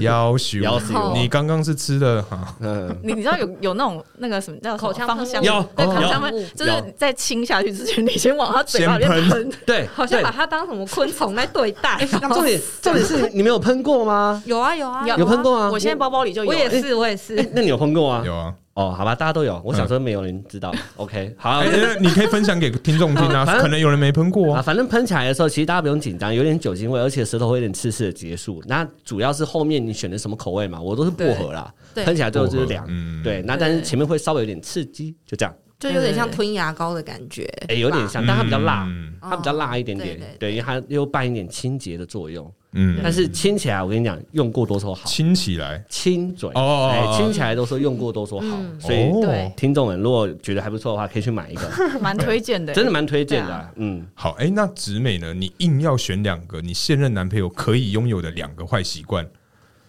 C: 要求
D: 咬死我，
C: 你刚刚是吃的哈，
D: 嗯，
A: 你你知道有有那种那个什么叫什么
B: 口腔
A: 芳
B: 喷雾
A: 香
D: 有
A: 对
D: 有
A: 口腔
B: 有
A: 喷，就是在亲下去之前，你先往他嘴巴里
C: 先
A: 面
C: 喷
A: 喷。
D: 对，
B: 好像
D: 对
B: 把它当什么昆虫在对待。
D: 重点重点是你没有喷过吗？
B: [LAUGHS] 有啊有啊
A: 有
D: 有喷过吗？
A: 我现在包包里就有，
B: 我也是我也是，
D: 哎，那你有喷过吗？
C: 有啊，
D: 哦，好吧，大家都有。我想说没有人知道。OK，好
C: 哎，哎你可以分享给听众听啊，
D: 反正
C: 可能有人没喷过
D: 啊，
C: 啊，
D: 反正喷起来的时候，其实大家不用紧张，有点酒精味，而且舌头会有点刺刺的结束。那主要是后面你选的什么口味嘛，我都是薄荷啦，
B: 对对
D: 喷起来最后就是
C: 薄
D: 凉
C: 荷。嗯
D: 对，那但是前面会稍微有点刺激，就这样，
B: 就有点像吞牙膏的感觉。
D: 哎、有点像，但它比较辣，
C: 嗯
D: 它比较辣一点点，
B: 哦对对
D: 对，因为它又扮一点清洁的作用。
C: 嗯，
D: 但是清起来，我跟你讲，用过多说好，
C: 亲起来
D: 亲嘴，
C: 哦
D: 哎
C: 哦哦
D: 亲起来都说用过多说好，所以。
C: 哦
A: 对。
D: 听众们，如果觉得还不错的话，可以去买一个，
A: 蛮推荐的，
D: 真的蛮推荐的
A: 对
D: 啊、
A: 啊
D: 嗯，
C: 好，哎、那直美呢？你硬要选两个你现任男朋友可以拥有的两个坏习惯，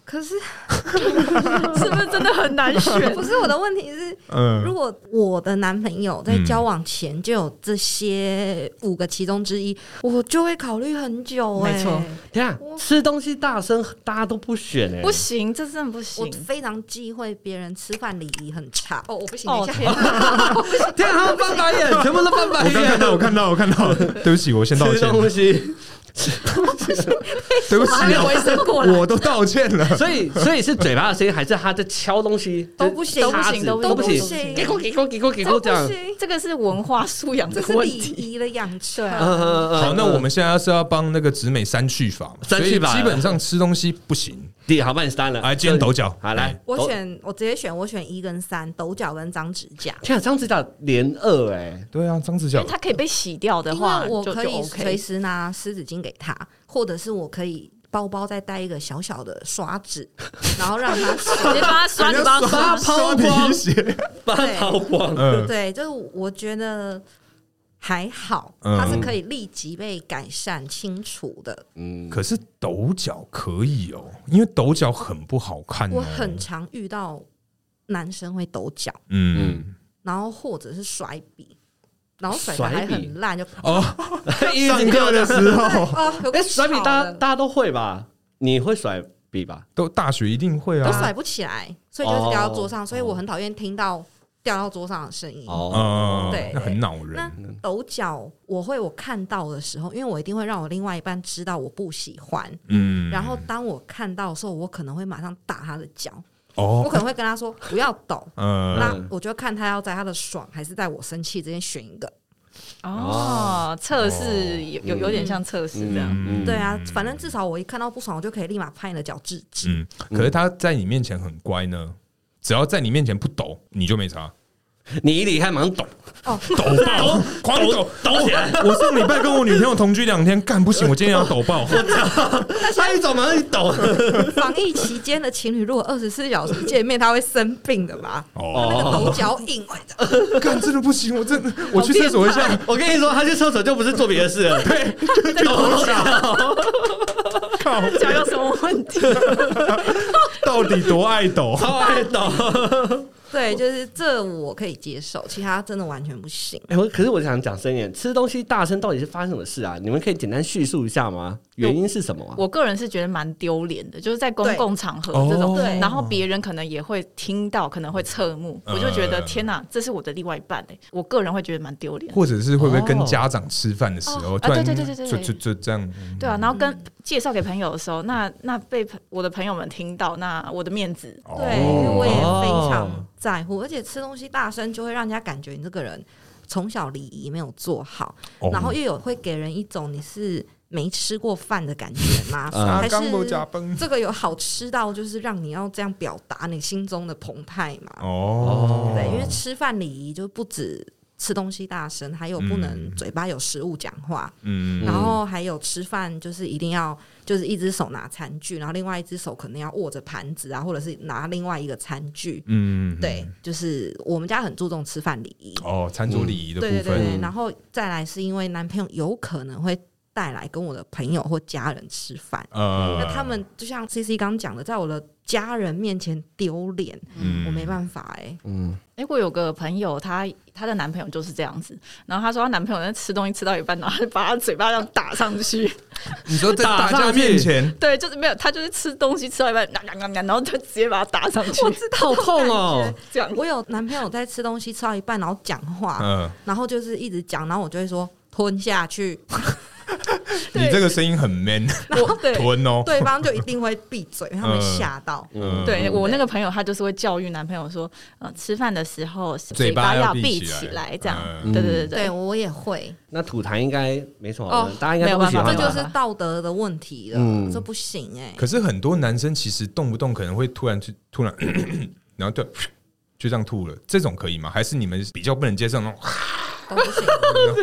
B: 可是
A: 是不是真的很难选
B: [LAUGHS] 不？是我的问题是，
C: 嗯、
B: 如果我的男朋友在交往前就有这些五个其中之一，我就会考虑很久、哎，
A: 没错，
D: 天啊，吃东西大声，大家都不选哎、
A: 不行，这真的不
B: 我
A: 行。
B: 非常忌讳别人吃饭礼仪很差。哦，我不行
A: 哦
B: 等一
A: 天
B: 下
A: 哪，
D: 天啊，他们翻白眼，全部都翻白
C: 我刚看到，我看到，我看到，对不起，我先道
D: 吃
C: 歉，
D: 东西，
C: 对不
A: 我还没回
C: 起，啊
A: 神过来。
C: 我都道歉了。
D: 所以所以是嘴巴的声音，还是他在敲东西？
B: [LAUGHS] 都不行
D: 就是叉子
A: 都不行
D: 都
A: 都
D: 不
A: 不
D: 行
A: 行，
D: 给我给我给我给
B: 这不
D: 我这样。
B: 行，
A: 这个是文化素养
B: 这
A: 的
B: 是
A: 问
B: 礼
A: 题。
B: 仪的养成。
A: 对啊
D: 嗯嗯嗯
C: 好，那我们现在要是要帮那个直美删去法嘛，
D: 删去法
C: 所以基本上吃东西不行。
D: 第呃好帮你删了，
C: 哎今天抖脚
D: 好来，哦
B: 我
D: 抖。
B: 选，我直接
A: 哦
B: 选，我选一跟三，抖脚跟长指甲，
D: 天啊，张指甲连二哎，
C: 对啊，张子
A: 因
C: 乔
A: 为，它可以被洗掉的
B: 因
A: 话，
B: 为我
A: 就
B: 可
A: 就
B: 以随
A: OK。
B: 时拿湿纸巾给他，或者是我可以包包再带一个小小的刷子，然后让它
A: 直接帮他
C: [LAUGHS]
A: 刷，就帮他刷
C: 刷
A: 抛
C: 刷
A: 光
C: 皮。鞋，
D: 把它
B: 对
D: 抛光。
C: 嗯，
B: 对，就是我觉得还好，
C: 嗯
B: 它是可以立即被改善清除的。
D: 嗯，
C: 可是抖脚可以哦，因为抖脚很不好看、哦。
B: 我很常遇到男生会抖脚，
C: 嗯
B: 然后或者是甩笔，然后甩的
D: 甩
B: 还
D: 笔
B: 很烂，就
C: 哦，
D: [LAUGHS] 一
C: 上
D: 直
C: 课的时候
B: 哦，有
D: 哎，
B: 个
D: 甩笔
B: 小
D: 大家
B: 的
D: 大家都会吧？你会甩笔吧？
C: [LAUGHS] 都大学一定会
B: 都
C: 啊，
B: 甩不起来，所以就是掉到桌
D: 哦
B: 上，所以我很讨厌听到掉到桌上的声音。
D: 哦
C: 嗯，
B: 对
C: 那很恼人
B: 那。抖脚，我会我看到的时候，因为我一定会让我另外一半知道我不喜欢。
C: 嗯，
B: 然后当我看到的时候，我可能会马上打他的脚，我
C: 哦，
B: 可能会跟他说 [LAUGHS] 不要抖。
C: 嗯，
B: 那我就看他要在他的爽还是在我生气之间选一个。
A: 哦，测试有有有点像测试这样。
D: 嗯
B: 对啊，反正至少我一看到不爽，我就可以立马拍你的脚制止。
C: 嗯，可是他在你面前很乖呢，只要在你面前不抖，你就没啥。
D: 你一离开马上抖
B: 哦，
C: 抖爆，狂抖。
D: 抖起来，
C: [LAUGHS] 我上礼拜跟我女朋友同居两天，干不行，我今天要抖
B: [LAUGHS]
C: 爆。
D: 他一走马上一抖。
B: [LAUGHS]
D: [LAUGHS]
B: 防疫期间的情侣如果二十四小时见面，他会生病的吧？
C: 哦，
B: 那个抖脚瘾，
C: 干真的不行，我真的，我去厕所一下。
D: 我跟你说，他去厕所就不是做别
A: [LAUGHS]
D: 的事了，对，就抖
C: [LAUGHS]
D: 脚。
C: 靠，
A: 脚有什么问题？
C: 到底多爱
B: [LAUGHS]
C: 抖？
D: [LAUGHS] 超爱抖。
B: 对，就是这我可以接受，其他真的完全不行。
D: [LAUGHS] 哎、我可是我想讲深一点，吃东西大声到底是发生什么事啊？你们可以简单叙述一下吗？原因是什么啊？
A: 我个人是觉得蛮丢脸的，就是在公共场合
C: 对哦
A: 这种，
C: 对
A: 然后别人可能也会听到，可能会侧目，
C: 嗯
A: 我就觉得天哪，这是我的另外一半哎，我个人会觉得蛮丢脸的。
C: 或者是会不会跟家长吃饭的时候，
A: 哦
C: 突然
A: 啊对对对对对
C: 就就就这样，
A: 对啊，然后跟介绍给朋友的时候，那那被朋我的朋友们听到，那我的面子
C: 哦
B: 对，因为我也非常在乎，而且吃东西大声就会让人家感觉你这个人从小礼仪没有做好，
C: 哦
B: 然后又有会给人一种你是没吃过饭的感觉吗？
D: 嗯
B: 还是
C: 刚没加崩
B: 这个有好吃到就是让你要这样表达你心中的澎湃嘛？
C: 哦，
B: 对，因为吃饭礼仪就不止吃东西大声，还有不能
C: 嗯
B: 嘴巴有食物讲话，
C: 嗯，
B: 然后还有吃饭就是一定要就是一只手拿餐具，然后另外一只手可能要握着盘子啊，或者是拿另外一个餐具。
C: 嗯，
B: 对，就是我们家很注重吃饭礼仪。
C: 哦，餐桌礼仪的
B: 对对
C: 部
B: 对
C: 分，
B: 对，然后再来是因为男朋友有可能会带来跟我的朋友或家人吃饭。
C: 呃，
B: 那他们就像 C C 刚讲的，在我的家人面前丢脸，
C: 嗯
B: 我没办法哎、
D: 嗯，
A: 哎、我有个朋友，她她的男朋友就是这样子，然后她说她啊男朋友在吃东西吃到一半，然后她就把她嘴巴这样打上去， [LAUGHS]
C: 你说在嗯大
D: 打
C: 家
D: 上去
C: 面前，
A: 对，就是没有，她就是吃东西吃到一半， [LAUGHS] 然后然后就直接把它打上去，
D: 好痛哦！
A: 这样。
B: 我有男朋友在吃东西吃到一半，然后讲话，
C: 嗯，
B: 然后就是一直讲，然后我就会说吞下去，
C: 你这个声音很 man，
A: 我对
C: [LAUGHS] 吞哦，
B: 对方就一定会闭嘴，因为他们
C: 嗯
B: 吓到。
C: 嗯，
A: 对我那个朋友，她就是会教育男朋友说，呃，吃饭的时候呃
C: 嘴巴
A: 要
C: 要闭起
A: 起
C: 来
A: 来，这样。
C: 嗯
A: 对对对对
B: 对，我也会，
D: 那吐痰应该没什么好问，
B: 哦
D: 大家应该都不喜
A: 没
D: 欢
B: 这
A: 有办法
B: 就
D: 吧？
B: 是道德的问题了，
D: 嗯
B: 这不行哎、
C: 可是很多男生其实动不动可能会突然就突然， [COUGHS] 然后就 [COUGHS] 就这样吐了，这种可以吗？还是你们比较不能接受那种？ [COUGHS]
B: 都不行，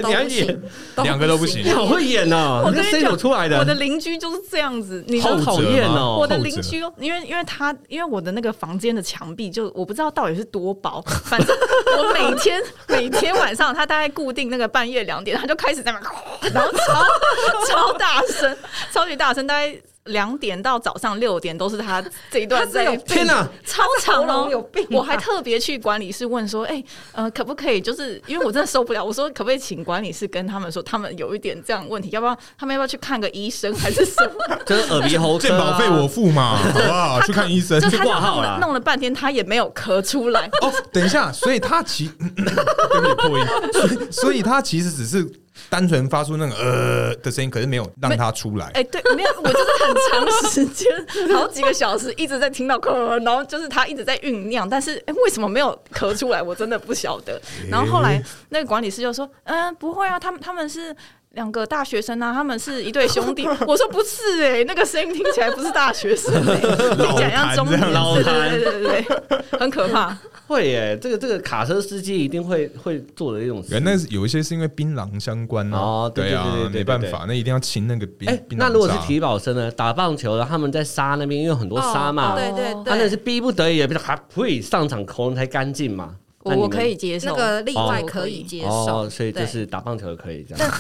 B: 都
D: 你要
B: 不
D: 演
B: 行，
C: 两个都不行
D: 你好会演哦，
A: 我
D: 你
A: 跟
D: 这
A: 你
D: 声音
A: 讲
D: 有出来
A: 我的
D: 的，
A: 邻居就是这样子，你知道
D: 好
C: 后
D: 讨
C: 者吗
D: 厌哦！
A: 我的
C: 后者
A: 邻居哦，因为因为他因为我的那个房间的墙壁就我不知道到底是多薄，反正 [LAUGHS] 我每天每天晚上他大概固定那个半夜两点，他就开始在那边， [LAUGHS] 然后超超大声，超级大声，大概两点到早上六点都是他这一段在。
D: 天哪、
A: 超长
B: 他是
A: 哦
B: 喉咙有病，啊吧
A: 我还特别去管理室问说，哎、呃，可不可以？就是因为我真的受不了，我说可不可以请管理室跟他们说，他们有一点这样的问题，要不要他们要不要去看个医生还是什么？
D: [LAUGHS] 就是耳鼻喉科、啊，
C: 鉴宝费我付嘛，
B: 呃
C: 好
B: [LAUGHS]
C: 不好？去看医生
A: 就。他
D: 挂号
A: 弄
D: 啦
A: 了弄了半天，他也没有咳出来。
C: 哦，等一下，所以他其 [COUGHS] 对不起破音， [COUGHS] 所以所以他其实只是单纯发出那个呃的声音，可是没有让他出来。
A: 哎、对，没有，我就是很长时间，好几个小时一直在听到咳，然后就是他一直在酝酿，但是、哎为什么没有咳出来？我真的不晓得。然后后来那个管理师就说：“嗯、不会啊，他们他们是。”两个大学生啊，他们是一对兄
C: [LAUGHS]
A: 弟。我说不是哎、那个声音听哎起来不是大学生、欸，听起来像中年，
C: 老
D: 痰这样
A: 对对对对对，很可怕。
D: 会耶，这个这个卡车司机一定会会做的一种事。
C: 原来是有一些是因为槟榔相关啊
D: 哦对
C: 啊
D: 对对对，对
C: 没办法，那一定要清那个槟
D: 哎、。
C: 槟榔
D: 那如果是
C: 渣
D: 体育保生呢？打棒球的他们在沙那边，因为有很多沙嘛，
B: 哦对对
D: 他那是
B: 对，
D: 逼不得已，不是还啊呸上场口红才干净嘛？那
A: 我
D: 你
A: 我
D: 们
A: 可以接受
B: 那个例外
A: 哦
B: 可以接受
D: 哦，，所以就
B: 对
D: 是打棒球也可以这样。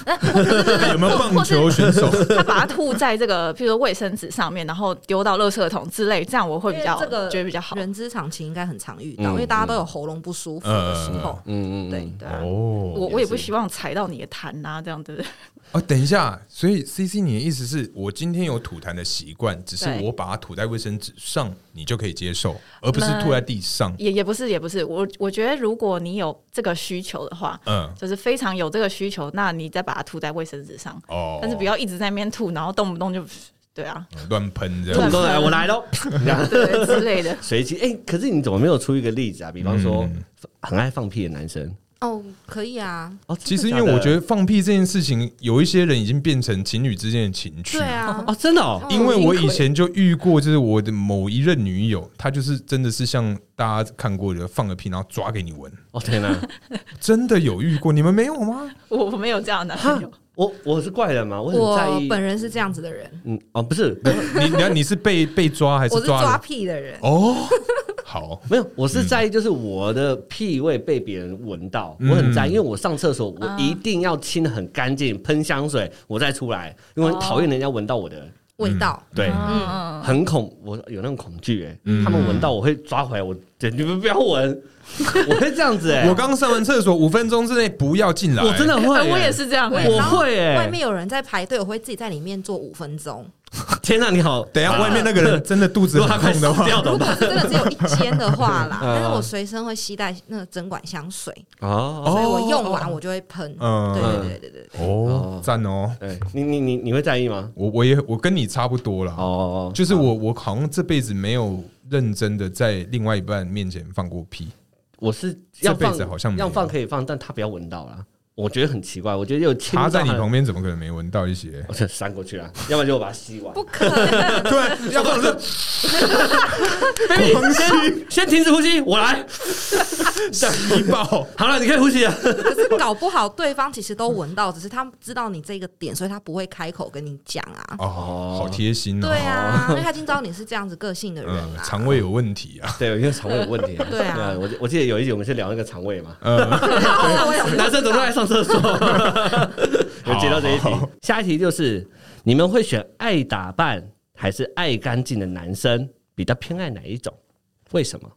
C: 有没有棒
D: [LAUGHS]
C: 球选手？
A: 他把它吐在这个，譬如说卫生纸上面，然后丢到垃圾桶之类，这样我会比较
B: 因为这个
A: 觉得比较好。
B: 人之常情，应该很常遇到，
D: 嗯
B: 因为大家都有喉咙不舒服的时候。
D: 嗯嗯，嗯
B: 对对啊，
A: 我
C: 哦，
A: 我也不希望踩到你的痰呐、这样对不对？
C: 啊，等一下，所以 C C，你的意思是我今天有吐痰的习惯，只是
A: 对
C: 我把它吐在卫生纸上，你就可以接受，而不是
A: 那
C: 吐在地
A: [LAUGHS]
C: 上。
A: 也也不是，也不是。我我觉得如果你有这个需求的话，
C: 嗯，
A: 就是非常有这个需求，那你再把它吐在卫生纸上，
C: 哦，嗯
A: 但是不要一直在那边吐，然后动不动就对啊， [LAUGHS]
C: 乱喷这
D: 这么
C: 样。
D: 多人，我来喽，
A: 对之类的。
D: [LAUGHS] 随机。哎，可是你怎么没有出一个例子啊？比方说
C: 嗯，
D: 很爱放屁的男生。
B: 哦，可以啊，
D: 哦，
C: 其实，因为我觉
D: 得，
C: 得放屁这件事情，有一些人已经变成情侣之间的情趣。
B: 对啊
D: [LAUGHS] 哦，，真的哦，
C: 因为我以
D: 哦
C: 前就遇过，就是我的某一任女友，她就是真的是像大家看过的，放个屁然后抓给你闻，
D: 哦天哪，
C: 真的有遇过，你们没有吗？
A: 我我没有这样的男朋友，
D: 我我是怪人嘛，我很在
B: 我
D: 意。
B: 本人是这样子的人，
D: 嗯，哦，不是，
C: 呃你你你是被被抓还
B: [LAUGHS]
C: 是
B: 我是
C: 抓
B: 抓
C: 了？
B: 屁的人，
C: 哦，好，
D: 没有，我是在意，就是我的屁味被别人闻到，我很
C: 嗯
D: 在意，因为我上厕所我一定要清的很干净，喷香水我再出来，因为我很讨厌人家闻到我的，
B: 味道。
C: 哎
D: 对，
A: 嗯，
D: 很恐，我有那种恐惧，哎，
C: 嗯
D: 他们闻到我会抓回来，我对你们不
C: [LAUGHS]
D: 要闻，我会这样子，哎，
C: 我刚上完厕所，五分钟之内不要进来。
D: 我真的会，
A: 哎
D: 哎
A: 我也，是这样、哎
D: 我会
B: 外
D: 哎，
B: 面有人在排队，我会自己在里面坐五分钟。
D: 天哪，你好，啊
C: 等一下，外面那
D: [LAUGHS]
C: 个人真的肚子
D: 如果他
C: 很痛
D: 啊快死
C: 的
D: [LAUGHS]
C: 话，
D: 掉怎
B: 如
D: 么
B: 果
D: 办？，
B: 是真的只有一间的话啦
D: 嗯
B: 但是我随身会携带那个针管香水，
D: 哦，
B: 所以我
C: [LAUGHS] 哦
B: 用完我就会喷。
C: 嗯
B: 对对对对对对，
C: 哦，赞哦，
D: 对你你你你会在意吗？
C: 我我也我跟你差不多啦。
D: 哦，
C: 就是我我好像这辈子没有认真的在另外一半面前放过屁。
D: 我是
C: 这
D: 要
C: 辈
D: 放，
C: 子好像没有
D: 要放可以放，但他不要闻到啦。我觉得很奇怪，我觉得有侵
C: 他
D: 到
C: 在你
D: 他的
C: 旁边怎么可能没闻到
B: [LAUGHS]
C: 一些？
D: 我就 [LAUGHS] 扇过
C: [LAUGHS]
D: 去了，要不然就我把它吸完。
B: 不可能，
C: 对，要不然就
D: Baby，先哎先停止呼吸，我来。
C: 吸爆。
D: [LAUGHS] 好了，你可以呼
C: [LAUGHS]
D: 吸了。
B: 可是搞不好对方其实都闻到，只是他知道你这个点，所以他不会开口跟你讲啊。
C: 哦，好贴心哦。
B: 对啊，因为他已经知道你是这样子个性的人啊
C: 嗯，
B: 啦。
C: 肠胃有问题啊。
D: 对，因为肠胃有问题。
B: [LAUGHS] 对啊
D: 我记我记得有一集我们是聊那个肠胃嘛，
C: 啊
B: 对
D: 男生怎么都爱上厕
C: [LAUGHS]
D: 所？我接到这一
C: 好
D: 题
C: 好，
D: 下一题就是你们会选爱打扮还是爱干净的男生，比较偏爱哪一种？为什么？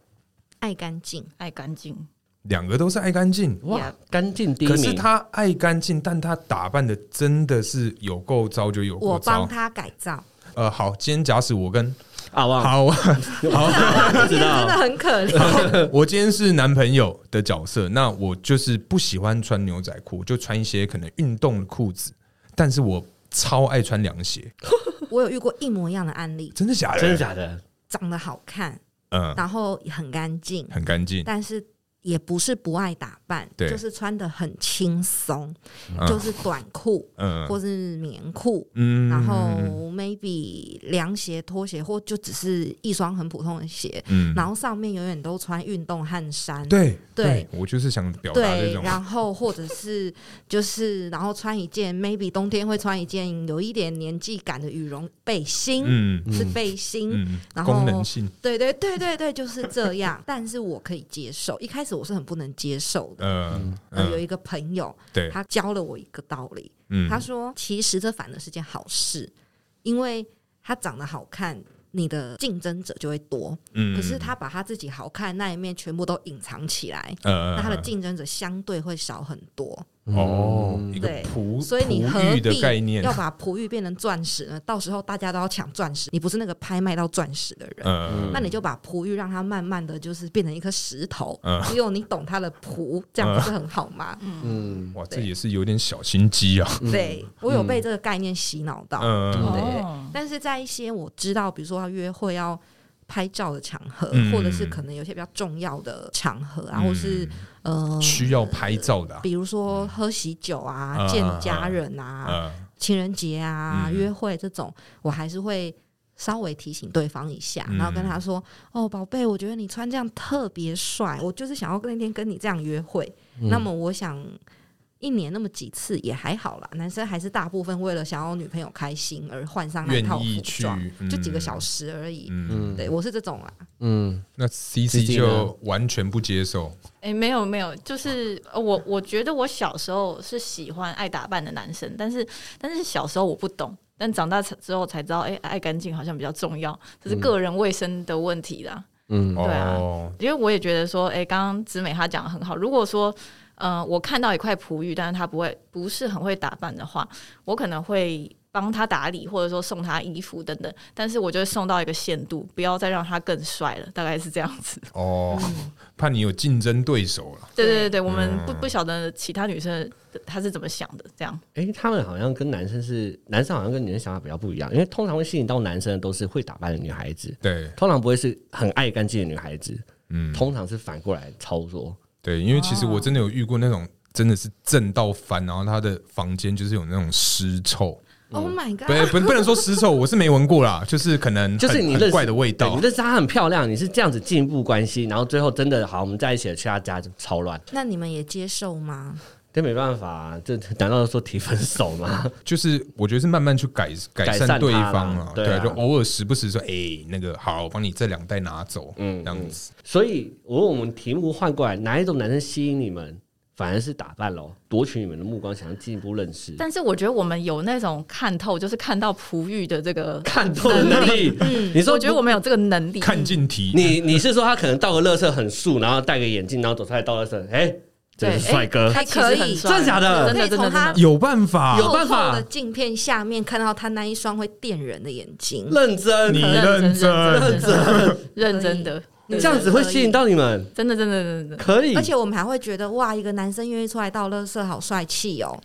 B: 爱干净，
A: 爱干净，
C: 两个都是爱干净，
D: 哇
A: Yeah，
D: 干净第一
C: 可
D: 名。
C: 是他爱干净，但他打扮的真的是有够糟就有够
B: 我帮
C: 糟。
B: 他改造，
C: 呃，好，今天假使我跟
D: 啊，哇，
C: 好， [LAUGHS]
D: 不知
B: 真的
D: 道。
B: 很可怜。
C: 我今天是男朋友的角色，那我就是不喜欢穿牛仔裤，就穿一些可能运动的裤子，但是我超爱穿凉鞋，
B: 我有遇过一模一样的案例，
C: 真的假的？
D: 真的假的？
B: 长得好看，
C: 嗯，
B: 然后很干净，
C: 很干净，
B: 但是也不是不爱打扮，
C: 对
B: 就是穿的很轻松，
C: 嗯
B: 就是短裤
C: 嗯
B: 或是棉裤，
C: 嗯
B: 然后 maybe 凉鞋、拖鞋，或就只是一双很普通的鞋，
C: 嗯
B: 然后上面永远都穿运动汗衫，
C: 对
B: 对
C: 我就是想表达这
B: 对，
C: 种，
B: 然后或者是就是然后穿一件 maybe 冬天会穿一件有一点年纪感的羽绒背心，
C: 嗯
B: 是背心，
C: 嗯，
B: 然后
C: 功能性，
B: 对对对对对，就是这样。但是我可以接受，一开始我是很不能接受的。
C: 呃
B: 呃，有
C: 嗯，
B: 一个朋友，
C: 对，
B: 他教了我一个道理，
C: 嗯
B: 他说其实这反而是件好事，因为他长得好看，你的竞争者就会多。
C: 嗯
B: 可是他把他自己好看那一面全部都隐藏起来。
C: 呃
B: 那他的竞争者相对会少很多，
C: 哦，
D: 嗯
C: 一个
B: 对
C: 璞
B: 所以你
C: 璞
B: 何
C: 玉的
B: 必
C: 概念
B: 要，把璞玉变成钻石呢？到时候大家都要抢钻石，你不是那个拍卖到钻石的人。
C: 呃，
B: 那你就把璞玉让它慢慢的就是变成一颗石头，
C: 嗯
B: 只有你懂它的璞，这样不是很好吗？
D: 嗯，
C: 哇，这
B: 对
C: 也是有点小心机啊，
B: 对我有被这个概念洗脑到，
C: 嗯
B: 对
A: 哦
B: 但是在一些我知道，比如说要约会要。拍照的场合，
C: 嗯
B: 或者是可能有些比较重要的场合啊，或是呃，
C: 嗯需要拍照的啊，
B: 比如说喝喜酒啊、
C: 嗯
B: 见家人啊、
C: 呃，
B: 情人节啊、
C: 嗯
B: 约会这种，我还是会稍微提醒对方一下，
C: 嗯
B: 然后跟他说：“哦，宝贝，我觉得你穿这样特别帅，我就是想要那天跟你这样约会。
C: 嗯
B: 那么我想一年那么几次也还好啦，男生还是大部分为了想要女朋友开心而换上那
C: 愿
B: 套
C: 意
B: 服
C: 去
B: 装，就几个
C: 嗯
B: 小时而已。
C: 嗯，
B: 对我是这种啊啦，
D: 嗯，
C: 那 C C
D: 自己呢
C: 就完全不接受，
A: 哎、没有没有，就是呃我我觉得我小时候是喜欢爱打扮的男生，但是但是小时候我不懂，但长大才之后才知道，哎、爱干净好像比较重要，这是个人卫生的问题啦。
D: 嗯，
A: 对啊
C: 哦，
A: 因为我也觉得说，哎、刚刚子美她讲的很好。如果说，呃，我看到一块璞玉，但是她不会不是很会打扮的话，我可能会帮她打理，或者说送她衣服等等。但是我就会送到一个限度，不要再让她更帅了，大概是这样子。
C: 哦，
B: 嗯
C: 怕你有竞争对手了，
A: 对对对对，我们不不晓得其他女生她是怎么想的，这样。
D: 哎、他们好像跟男生是，男生好像跟女生想法比较不一样，因为通常会吸引到男生的都是会打扮的女孩子，
C: 对，
D: 通常不会是很爱干净的女孩子，
C: 嗯，
D: 通常是反过来操作。
C: 对，因为其实我真的有遇过那种真的是正到翻，然后他的房间就是有那种尸臭，
B: Oh my
C: 不
B: god！
C: 不不能说尸臭，我是没闻过啦，就是可能
D: 就是
C: 很
D: 你
C: 很
D: 认识
C: 怪的味
D: 对
C: 道
D: 你，认识她很漂亮，你是这样子进一步关系，然后最后真的好，我们在一起了，去她家就超乱，
B: 那你们也接受吗？
D: 这没办法、啊，这这难道说提分手吗？
C: 就是我觉得是慢慢去改改
D: 改善
C: 善对方
D: 它啦
C: 啊，
D: 对
C: 对
D: 啊
C: 啊，就偶尔时不时说，哎，那个好，我帮你这两袋拿走，
D: 嗯
C: 嗯，这样子，
D: 所以，我问我们题目换过来，哪一种男生吸引你们，反而是打扮咯，夺取你们的目光，想要进一步认识。
A: 但是我觉得我们有那种看透，就是看到璞玉的这个，
D: 看透的能力，你说
A: 我觉得我们有这个能力。
C: 看进题，
D: 你你是说他可能倒个乐色很素，然后戴个眼镜，然后走出来倒乐色，哎、这
A: 对
D: 是帅哥，
A: 哎他其实很帅
D: 真的假的
A: 真的真
B: 可以
A: 的
B: 从
A: 真
B: 他
A: 的。
C: 啊有办法，
D: 有办法
B: 厚厚的镜片下面看到他那一双会电人的眼睛，
D: 认真，
C: 你
A: 认
C: 认
A: 真
C: 真
A: 认真认真的，
D: 你这样子会吸引到你们，
A: 真的真的真的真的。
D: 可以
B: 而。且我们还会觉得哇，一个男生愿意出来倒垃圾，好帅气
D: [LAUGHS]
B: 哦！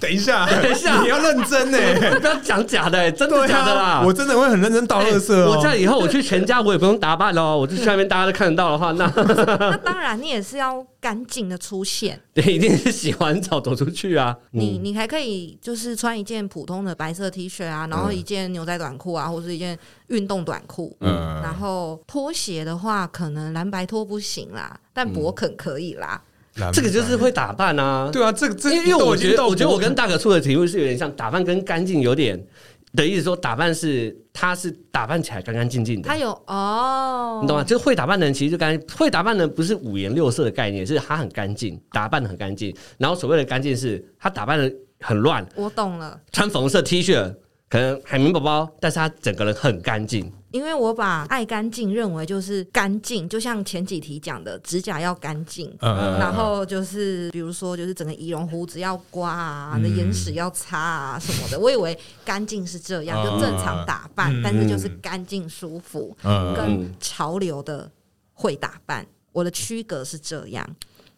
C: 等一下，
D: 等一下
C: 你要认真呢、
D: [LAUGHS] 不要讲假的、欸真的
C: 对
D: 假的啦！哎
C: 啊，我真的会很认真倒垃圾、哦
D: 我这样以后我去全家，我也不用打扮喽，我就去那边大家都看得到的话，那 [LAUGHS]
B: 那当然，你也是要干净的出现，
D: 一定是洗完澡走出去啊！
B: 你你还可以就是穿一件普通的白色 T 恤
D: 嗯
B: 啊，然后一件牛仔短裤啊，或是一件运动短裤。
C: 嗯
B: 然后拖鞋的话，可能蓝白拖不行啦，但勃肯可以啦。
C: 蓝
D: 这个就是
C: 白
D: 会打扮啊，
C: 对啊，这个这
D: 因为因为
C: 都
D: 我
C: 已经
D: 觉得，
C: 到
D: 我觉得我
C: 国
D: 跟大可出的题目是有点像，打扮跟干净有点的意思，说打扮是他是打扮起来干干净净的
B: 他。有哦，
D: 嗯你懂吗？就是会打扮的人，其实就干会打扮的人不是五颜六色的概念，是他很干净，打扮的很干净。然后所谓的干净是，他打扮的很乱，
B: 我懂了，
D: 穿粉红色 T 恤，可能海绵宝宝，但是他整个人很干净。
B: 因为我把爱干净认为就是干净，就像前几题讲的，指甲要干净。
C: 嗯
B: 然后就是，比如说，就是整个仪容胡子要刮啊，
C: 嗯
B: 那眼屎要擦啊什么的。我以为干净是这样，
C: 啊
B: 就正常打扮，
C: 嗯
B: 但是就是干净舒服，
C: 嗯
B: 跟潮流的会打扮，我的区隔是这样。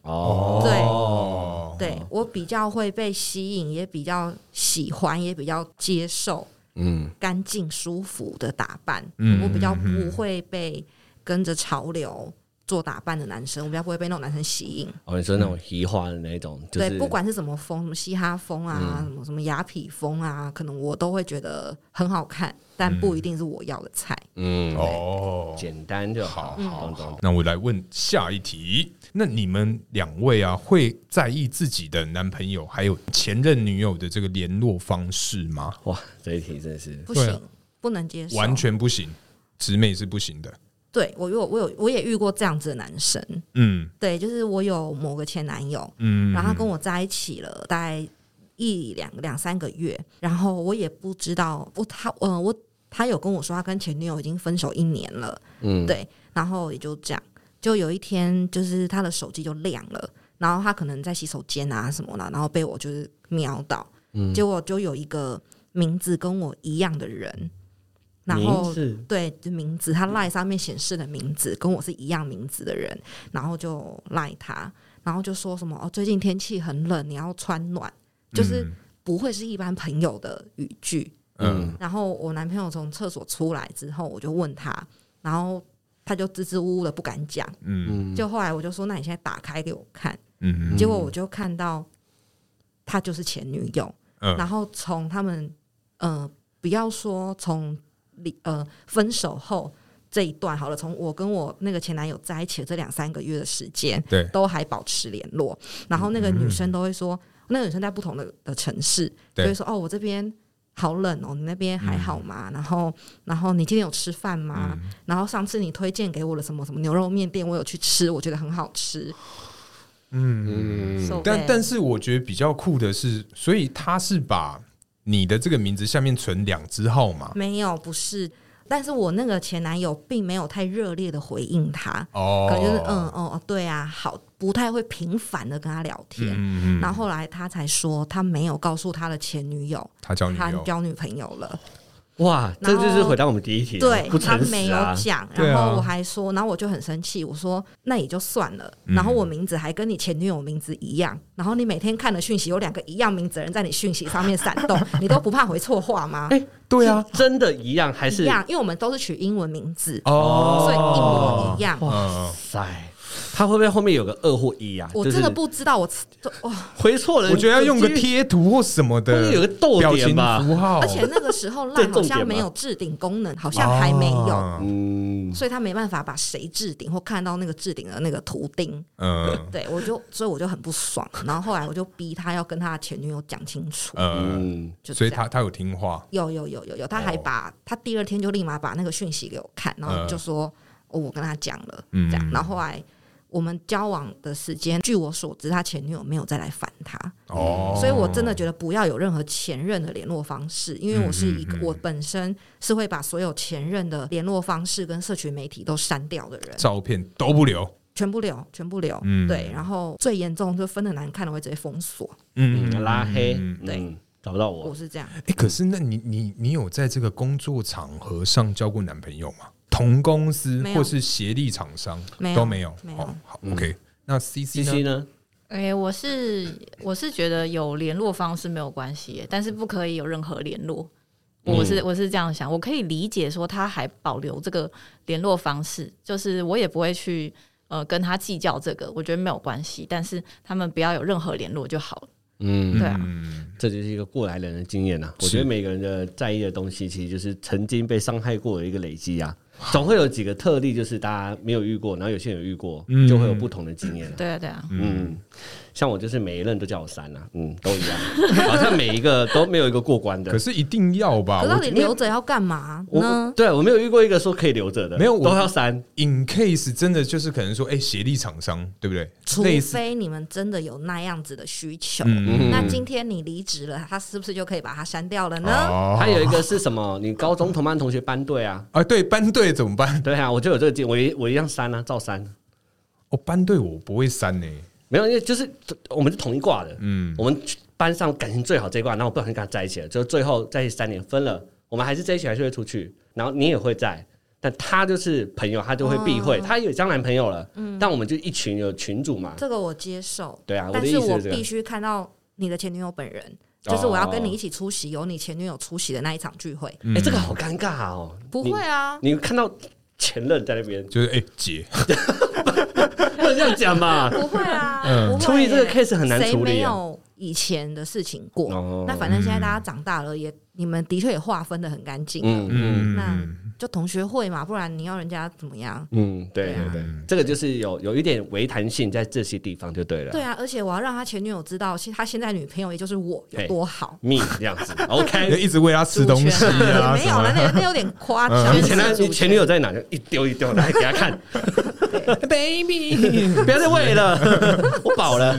D: 哦
B: 对
C: 哦，
B: 对我比较会被吸引，也比较喜欢，也比较接受
D: 嗯，
B: 干净舒服的打扮。
C: 嗯
B: 我比较
C: 嗯嗯
B: 不会被跟着潮流做打扮的男生，我比较不会被那种男生吸引。
D: 哦，你说那种移花的那种，就是
B: 对，不管是什么风，什么嘻哈风啊，什么什么雅痞风啊，可能我都会觉得很好看，但
C: 嗯
B: 不一定是我要的菜。
D: 嗯，
C: 哦。
D: 简单就好，
C: 好
D: 懂懂
C: 那我来问下一题，那你们两位啊，会在意自己的男朋友还有前任女友的这个联络方式吗？
D: 哇，这一题真的是
B: 不
C: 对啊
B: 行，不能接受。
C: 完全不行，直美是不行的。
B: 对我有我有我也遇过这样子的男生，
C: 嗯
B: 对，就是我有某个前男友，
C: 嗯，
B: 然后他跟我在一起了，大概一两两三个月，然后我也不知道，我他呃我他有跟我说他跟前女友已经分手一年了，
D: 嗯
B: 对，然后也就这样，就有一天就是他的手机就亮了，然后他可能在洗手间啊什么的，然后被我就是瞄到，
D: 嗯
B: 结果就有一个名字跟我一样的人，然后
D: 名字
B: 对就名字，他赖上面显示的名字跟我是一样名字的人，然后就赖他，然后就说什么哦，最近天气很冷，你要穿暖，就是不会是一般朋友的语句，
C: 嗯
B: 然后我男朋友从厕所出来之后，我就问他，然后他就支支吾吾的不敢讲。
C: 嗯
B: 就后来我就说：“那你现在打开给我看。
C: 嗯
B: 结果我就看到他就是前女友，
C: 嗯
B: 然后从他们呃，不要说从离呃分手后这一段好了，从我跟我那个前男友在一起的这两三个月的时间，
C: 对
B: 都还保持联络。然后那个女生都会说，那个女生在不同的的城市，就
C: 对
B: 会说哦，我这边。好冷哦，你那边还好吗？
C: 嗯
B: 然后，然后你今天有吃饭吗？然后上次你推荐给我的什么什么牛肉面店，我有去吃，我觉得很好吃。
A: So
C: 但
A: bad
C: 但是我觉得比较酷的是，所以他是把你的这个名字下面存两只号码
B: 没有，不是。但是我那个前男友并没有太热烈的回应他，
C: 哦，
B: 可能就是嗯哦对啊，好，不太会频繁的跟他聊天。
C: 嗯
B: 然后后来他才说，他没有告诉他的前女友，
C: 他交女
B: 他
C: 友，
B: 交女朋友了。
D: 哇，这
B: 然后
D: 就是回到我们第一题了，
B: 对
D: 不，
B: 他
D: 诚
B: 没
D: 实
B: 有
D: 啊。
B: 讲。
C: 对
B: 然
C: 啊
B: 后我还说，然后我就很生气，我说那也就算了。
D: 嗯
B: 然后我名字还跟你前女友名字一样，然后你每天看的讯息有两个一样名字的人在你讯息上面闪
D: [LAUGHS]
B: 动，你都不怕回错话吗？
C: 对啊，
D: 是哎真的一样还
B: 一
D: 是？
B: 样，因为我们都是取英文名字，
C: 哦，
B: 所以一模一样。
D: 哇
C: 嗯
D: 塞，他会不会后面有个二或一啊？
B: 我
D: 就是
B: 真的不知道，我哇！
D: 回错人，
C: 我觉得要用个
D: 贴。
C: 贴图或什么
D: 后
C: 的，
D: 面有个逗
C: 表
D: 点
C: 情
D: 吧
C: 符号，
B: 而且那个时
C: [LAUGHS]
B: 候
D: 这
B: 烂
D: 重
B: 好
D: 点
B: 像没
D: 吗
B: 有置顶功能，好像还没有，
C: 哦
D: 嗯，
B: 所以他没办法把谁置顶或看到那个置顶的那个图钉。
C: 嗯
B: 对我就，所以我就很不爽。 [LAUGHS] 然后后来我就逼他要跟他前女友讲清楚，
C: 嗯，
D: 嗯，
B: 就
C: 所以
B: 这样
C: 他他有听话，
B: 有有有有有，他还
C: 哦
B: 把、他第二天就立马把那个讯息给我看，然后
C: 嗯
B: 就说、哦我跟他讲了，
C: 嗯
B: 这样。然后后来我们交往的时间，据我所知，他前女友没有再来烦他。
C: 哦，
B: 所以我真的觉得不要有任何前任的联络方式，因为我是一个、
C: 嗯嗯嗯
B: 我本身是会把所有前任的联络方式跟社群媒体都删掉的人，
C: 照片都不留，
B: 全部留，全部留。
C: 嗯
B: 对，然后最严重就分的难看的会直接封锁，
D: 嗯拉黑，对
B: 对，
D: 找不到
B: 我
D: 我，
B: 是这样。
C: 哎、可是那你你你有在这个工作场合上交过男朋友吗？同公司
B: 没有
C: 或是协力厂商
B: 没有
C: 都没有，
B: 没有
C: 哦、好，OK。那 C C
D: 西
C: 呢？
D: 西呢？
A: 哎、我是我是觉得有联络方式没有关系耶，但是不可以有任何联络。我
C: 嗯
A: 是我是这样想，我可以理解说他还保留这个联络方式，就是我也不会去呃跟他计较这个，我觉得没有关系，但是他们不要有任何联络就好了。
D: 嗯，
A: 对啊，
C: 嗯，
D: 这就是一个过来人的经验呐、我
C: 是
D: 觉得每个人的在意的东西，其实就是曾经被伤害过的一个累积啊。总会有几个特例，就是大家没有遇过，然后有些人有遇过，
C: 嗯
D: 就会有不同的经验、啊。
A: 对啊对啊，
D: 嗯，像我就是每一任都叫我三啊，嗯，都一样， [LAUGHS] 好像每一个都没有一个过关
C: 可
D: 的。
C: 是一定要吧？
B: 可到
C: 啊我
B: 底留着要干嘛
D: 我
B: 呢？
D: 对我没有遇过一个说可以留着的，
C: 没有我
D: 都要删。
C: in case 真的就是可能说，哎、协力厂商对不对？
B: 除
C: 类似，
B: 非你们真的有那样子的需求，
C: 嗯，
B: 那今天你离职了，他是不是就可以把它删掉了呢？
C: 哦，
D: 还有一个是什么？你高中同班同学班
C: [LAUGHS]
D: 队啊，
C: 啊，对，班队怎么办？ [LAUGHS]
D: 对啊，我就有这个经，我一我一样删啊，照删。
C: 哦，班队我不会删欸呢、
D: 没有，因为就是我们是同一挂的，嗯，我们班上感情最好这一挂，然后我不小心跟他在一起了，就最后在一起三年分了，我们还是在一起，还是会出去，然后你也会在，但他就是朋友，他就会避讳，他有交男朋友了，但我们就一群有群主嘛，
B: 哦嗯这个我接受，
D: 对啊，我
B: 但
D: 的意
B: 是
D: 思
B: 我
D: 这个
B: 必，须看到你的前女友本人，
D: 哦
B: 就是我要跟你一起出席有你前女友出席的那一场聚会。
D: 哎、这个好尴尬哦，
B: 不会啊，
D: 你，你看到前任在那边，
C: 就是哎、姐，
D: 不能这样讲嘛，
B: 不会 [LAUGHS] 啊，不会
D: [LAUGHS] 嗯处理这个 case 很难
B: 谁
D: 处
B: 没
D: 理、啊，
B: 有以前的事情过？
D: 哦
B: 那反正现在大家长大了，也你们的确也划分的很干净了。
D: 嗯嗯
C: 嗯，
B: 那就同学会嘛，不然你要人家怎么样？
D: 嗯，对
B: 对啊
D: 对对，这个就是有有一点微弹性在这些地方就对了，
B: 对啊，而且我要让他前女友知道，其实他现在女朋友也就是我有多好。
D: 密这样子
C: 要
D: [LAUGHS] ，OK。
C: 一直喂他吃东西
A: 主权
C: 啊，
B: [LAUGHS] 也没
C: 什
B: 有
C: 么
B: 了，
C: 的
B: 那那有点夸
D: 嗯你
B: 张。
D: 前男你前女友在哪？就一丢一丢来给他看，baby，不 [LAUGHS] 要再喂了， [LAUGHS] 我饱了，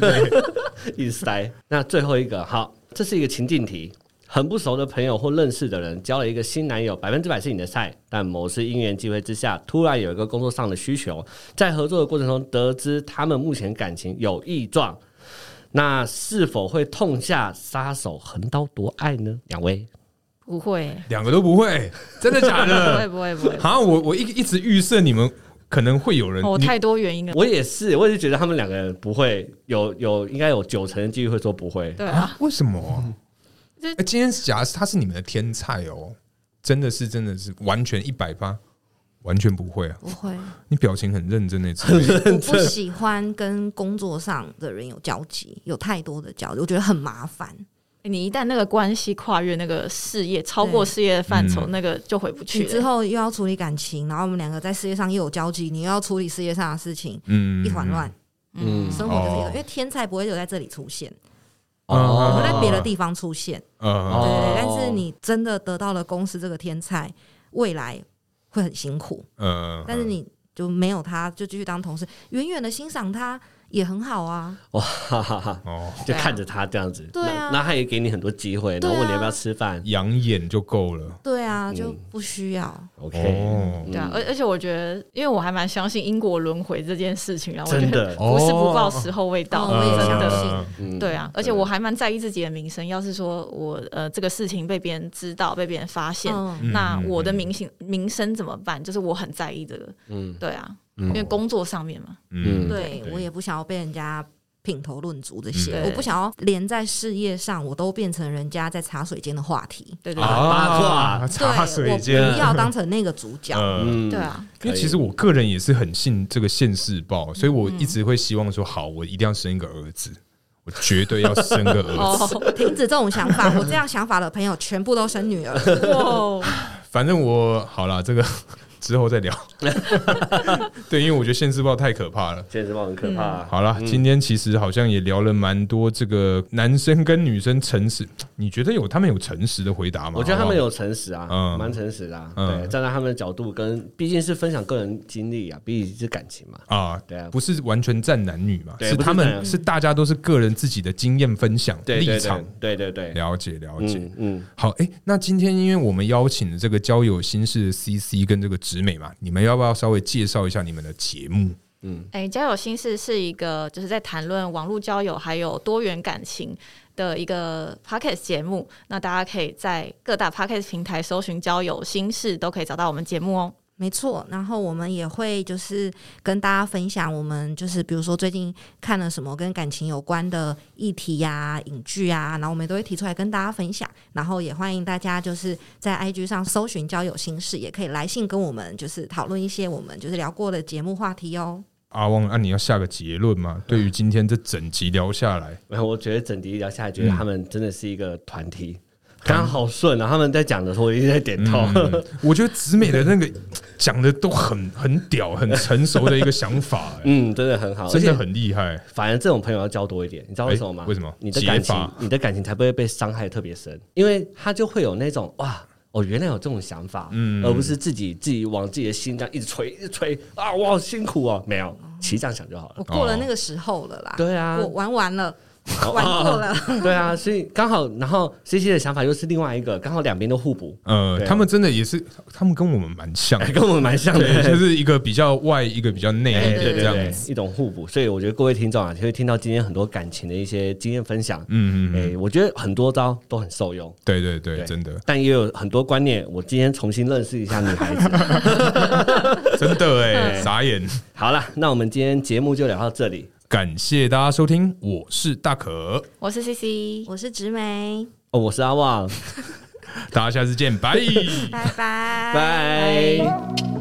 D: 一直塞。那最后一个，好，这是一个情境题。很不熟的朋友或认识的人交了一个新男友，百分之百是你的菜，但某次因缘际会之下，突然有一个工作上的需求，在合作的过程中得知他们目前感情有异状，那是否会痛下杀手，横刀夺爱呢？两位，
A: [LAUGHS] 不会耶，
C: 两个都
B: [LAUGHS]
C: 不会， [LAUGHS] 真的
A: [LAUGHS]
C: 假
A: 不会
C: 的？
A: 不会不会，
C: 好，我我一一直预设你们可能会有人，
A: 哦，
C: 你
A: 太多原因了。
D: 我也是，我也是觉得他们两个人不会有有，应该有九成的几率会说不会。
A: 对啊，
C: 啊？为什么啊？
A: 这
C: 哎今天假如他是你们的天菜哦，真的是真的是完全一百八，完全不会啊！
B: 不会，
C: 你表情很认真欸那种，
B: [LAUGHS] 我不喜欢跟工作上的人有交集，有太多的交集，我觉得很麻烦。
A: 你一旦那个关系跨越那个事业，超过事业的范畴，
C: 嗯
A: 那个就回不去
B: 你
A: 了。
B: 之后又要处理感情，然后我们两个在事业上又有交集，你又要处理事业上的事情，
C: 嗯
B: 一团乱，
D: 嗯
B: 生活就是一个，
C: 哦
B: 因为天才不会留在这里出现，
C: 哦
B: 我会在别的地方出现，对
C: 呃，
D: 哦
B: 对对。但是你真的得到了公司这个天才，未来会很辛苦，
C: 呃，
B: 但是你就没有他，就继续当同事，远远的欣赏他也很好啊。
D: 哇哈哈哈，
C: 哦，
A: 啊
D: 就看着他这样子，
B: 对啊
D: 那那他也给你很多机会，然后问你要不要吃饭
C: 养眼就够了。
B: 对啊，就
D: 嗯
B: 不需要。
D: ，OK，
C: 哦
A: 对啊，
D: 嗯
A: 而而且我觉得，因为我还蛮相信因果轮回这件事情啦，我觉
D: 真
A: 得
D: 的
A: 不是不报时候未到，
C: 嗯
B: 哦我也
A: 真
B: 相
A: 的。
B: 信
C: 呃
D: 嗯
A: 对啊，而且我还蛮在意自己的名声。要是说我呃这个事情被别人知道、被别人发现，
B: 嗯，
C: 嗯
A: 那
C: 嗯
A: 我的
C: 嗯
A: 名声名声怎么办？就是我很在意这个。
D: 嗯
A: 对啊，
D: 嗯
A: 因为工作上面嘛，
C: 嗯，
B: 对
C: 对
B: 我也不想要被人家。品头论足这些，
A: 嗯
B: 我不想要连在事业上我都变成人家在茶水间的话题。
A: 对对对，
D: 啊八卦
B: 对，
C: [LAUGHS] 茶水
B: 我
C: 间，
B: 不要当成那个主角。
C: 呃，
D: 嗯
A: 对，啊，
C: 因为其实我个人也是很信这个现世报，所以我
B: 嗯
C: 一直会希望说，好，我一定要生一个儿子，我绝对要生个
B: [LAUGHS]
C: 儿子。
A: 哦，
B: [LAUGHS] 停止这种想法，我这样想法的朋友全部都生女儿。
A: 哇，
C: 反正我好了，这个之后
B: [LAUGHS]
C: 再聊。对，因为我觉得现世报太可怕了。
D: 现实报很可
A: 嗯
D: 怕，
C: 好了，今天其实好像也聊了蛮多这个男生跟女生诚实，你觉得有他们有诚实的回答吗？
D: 我觉得他们
C: 好
D: 有诚实啊，
C: 嗯
D: 蛮诚实的啊，
C: 嗯
D: 对，站在他们的角度跟，毕竟是分享个人经历啊，毕竟是感情嘛，
C: 不好啊，
D: 对啊，
C: 不是完全站男女嘛，
D: 对
C: 是
D: 不是
C: 他
D: 站
C: 们
D: 男
C: 是大家都是个人自己的经验分享
D: 对对
C: 立
D: 对
C: 场，
D: 对对对，
C: 了解了解。
D: 嗯嗯，
C: 好，哎、那今天因为我们邀请了这个交友心事的 CC 跟这个直美嘛，你们要不要稍微介绍一下你们的节目？
A: 哎，交友心事是一个就是在谈论网络交友还有多元感情的一个 podcast 节目，那大家可以在各大 podcast 平台搜寻“交友心事”，都可以找到我们节目哦。
B: 没错，然后我们也会就是跟大家分享我们就是比如说最近看了什么跟感情有关的议题呀、影剧啊，然后我们都会提出来跟大家分享。然后也欢迎大家就是在 IG 上搜寻交友心事，也可以来信跟我们就是讨论一些我们就是聊过的节目话题哦。
C: 阿旺，啊那、你要下个结论吗？
D: 嗯
C: 对于今天这整集聊下来，
D: 然后我觉得整集聊下来，觉得他们真的是一个团体，刚刚好顺啊，他们在讲的时候我一直在点头，
C: 嗯，我觉得直美的那个讲的都很很屌、很成熟的一个想法、诶
D: [LAUGHS] 嗯，真的很好，
C: 真
D: 而
C: 的
D: 且
C: 很厉害。
D: 反而这种朋友要交多一点，你知道为什么吗？
C: 哎为什么
D: 你的感
C: 解
D: 情
C: 法，
D: 你的感情才不会被伤害特别深，因为他就会有那种哇。哦，原来有这种想法，嗯，而不是自己自己往自己的心这样一直吹，一直吹啊，我好辛苦哦。没有，其实这样想就好了
B: 我。过了那个时候了啦，
D: 哦对啊
B: 我玩完了，
D: 哦
B: 玩过了。
D: 对啊，所以刚好，然后 C C 的想法又是另外一个，刚好两边都互补， [LAUGHS]
C: 呃，
D: 对啊
C: 他们真的也是，他们跟我们蛮像的
D: 哎，，跟我们蛮像的。
C: 对，就是一个比较外，一个比较内
D: 哎，对
C: 的
D: 对
C: 这样
D: 对
C: 子。，
D: 一种互补，所以我觉得各位听众啊，就会听到今天很多感情的一些经验分享。
C: 嗯嗯，嗯
D: 哎，我觉得很多招都很受用，
C: 对对对，
D: 对
C: 真的
D: 但也有很多观念，我今天重新认识一下女孩子。
C: 真的
D: 嗯
C: 哎，傻眼。
D: 好了，那我们今天节目就聊到这里，
C: 感谢大家收听，我是大可，
A: 我是 CC，
B: [LAUGHS] 我是直美，
D: 哦、我是阿旺， [LAUGHS]
C: 大家下次见，拜。
B: 拜拜，
D: 拜。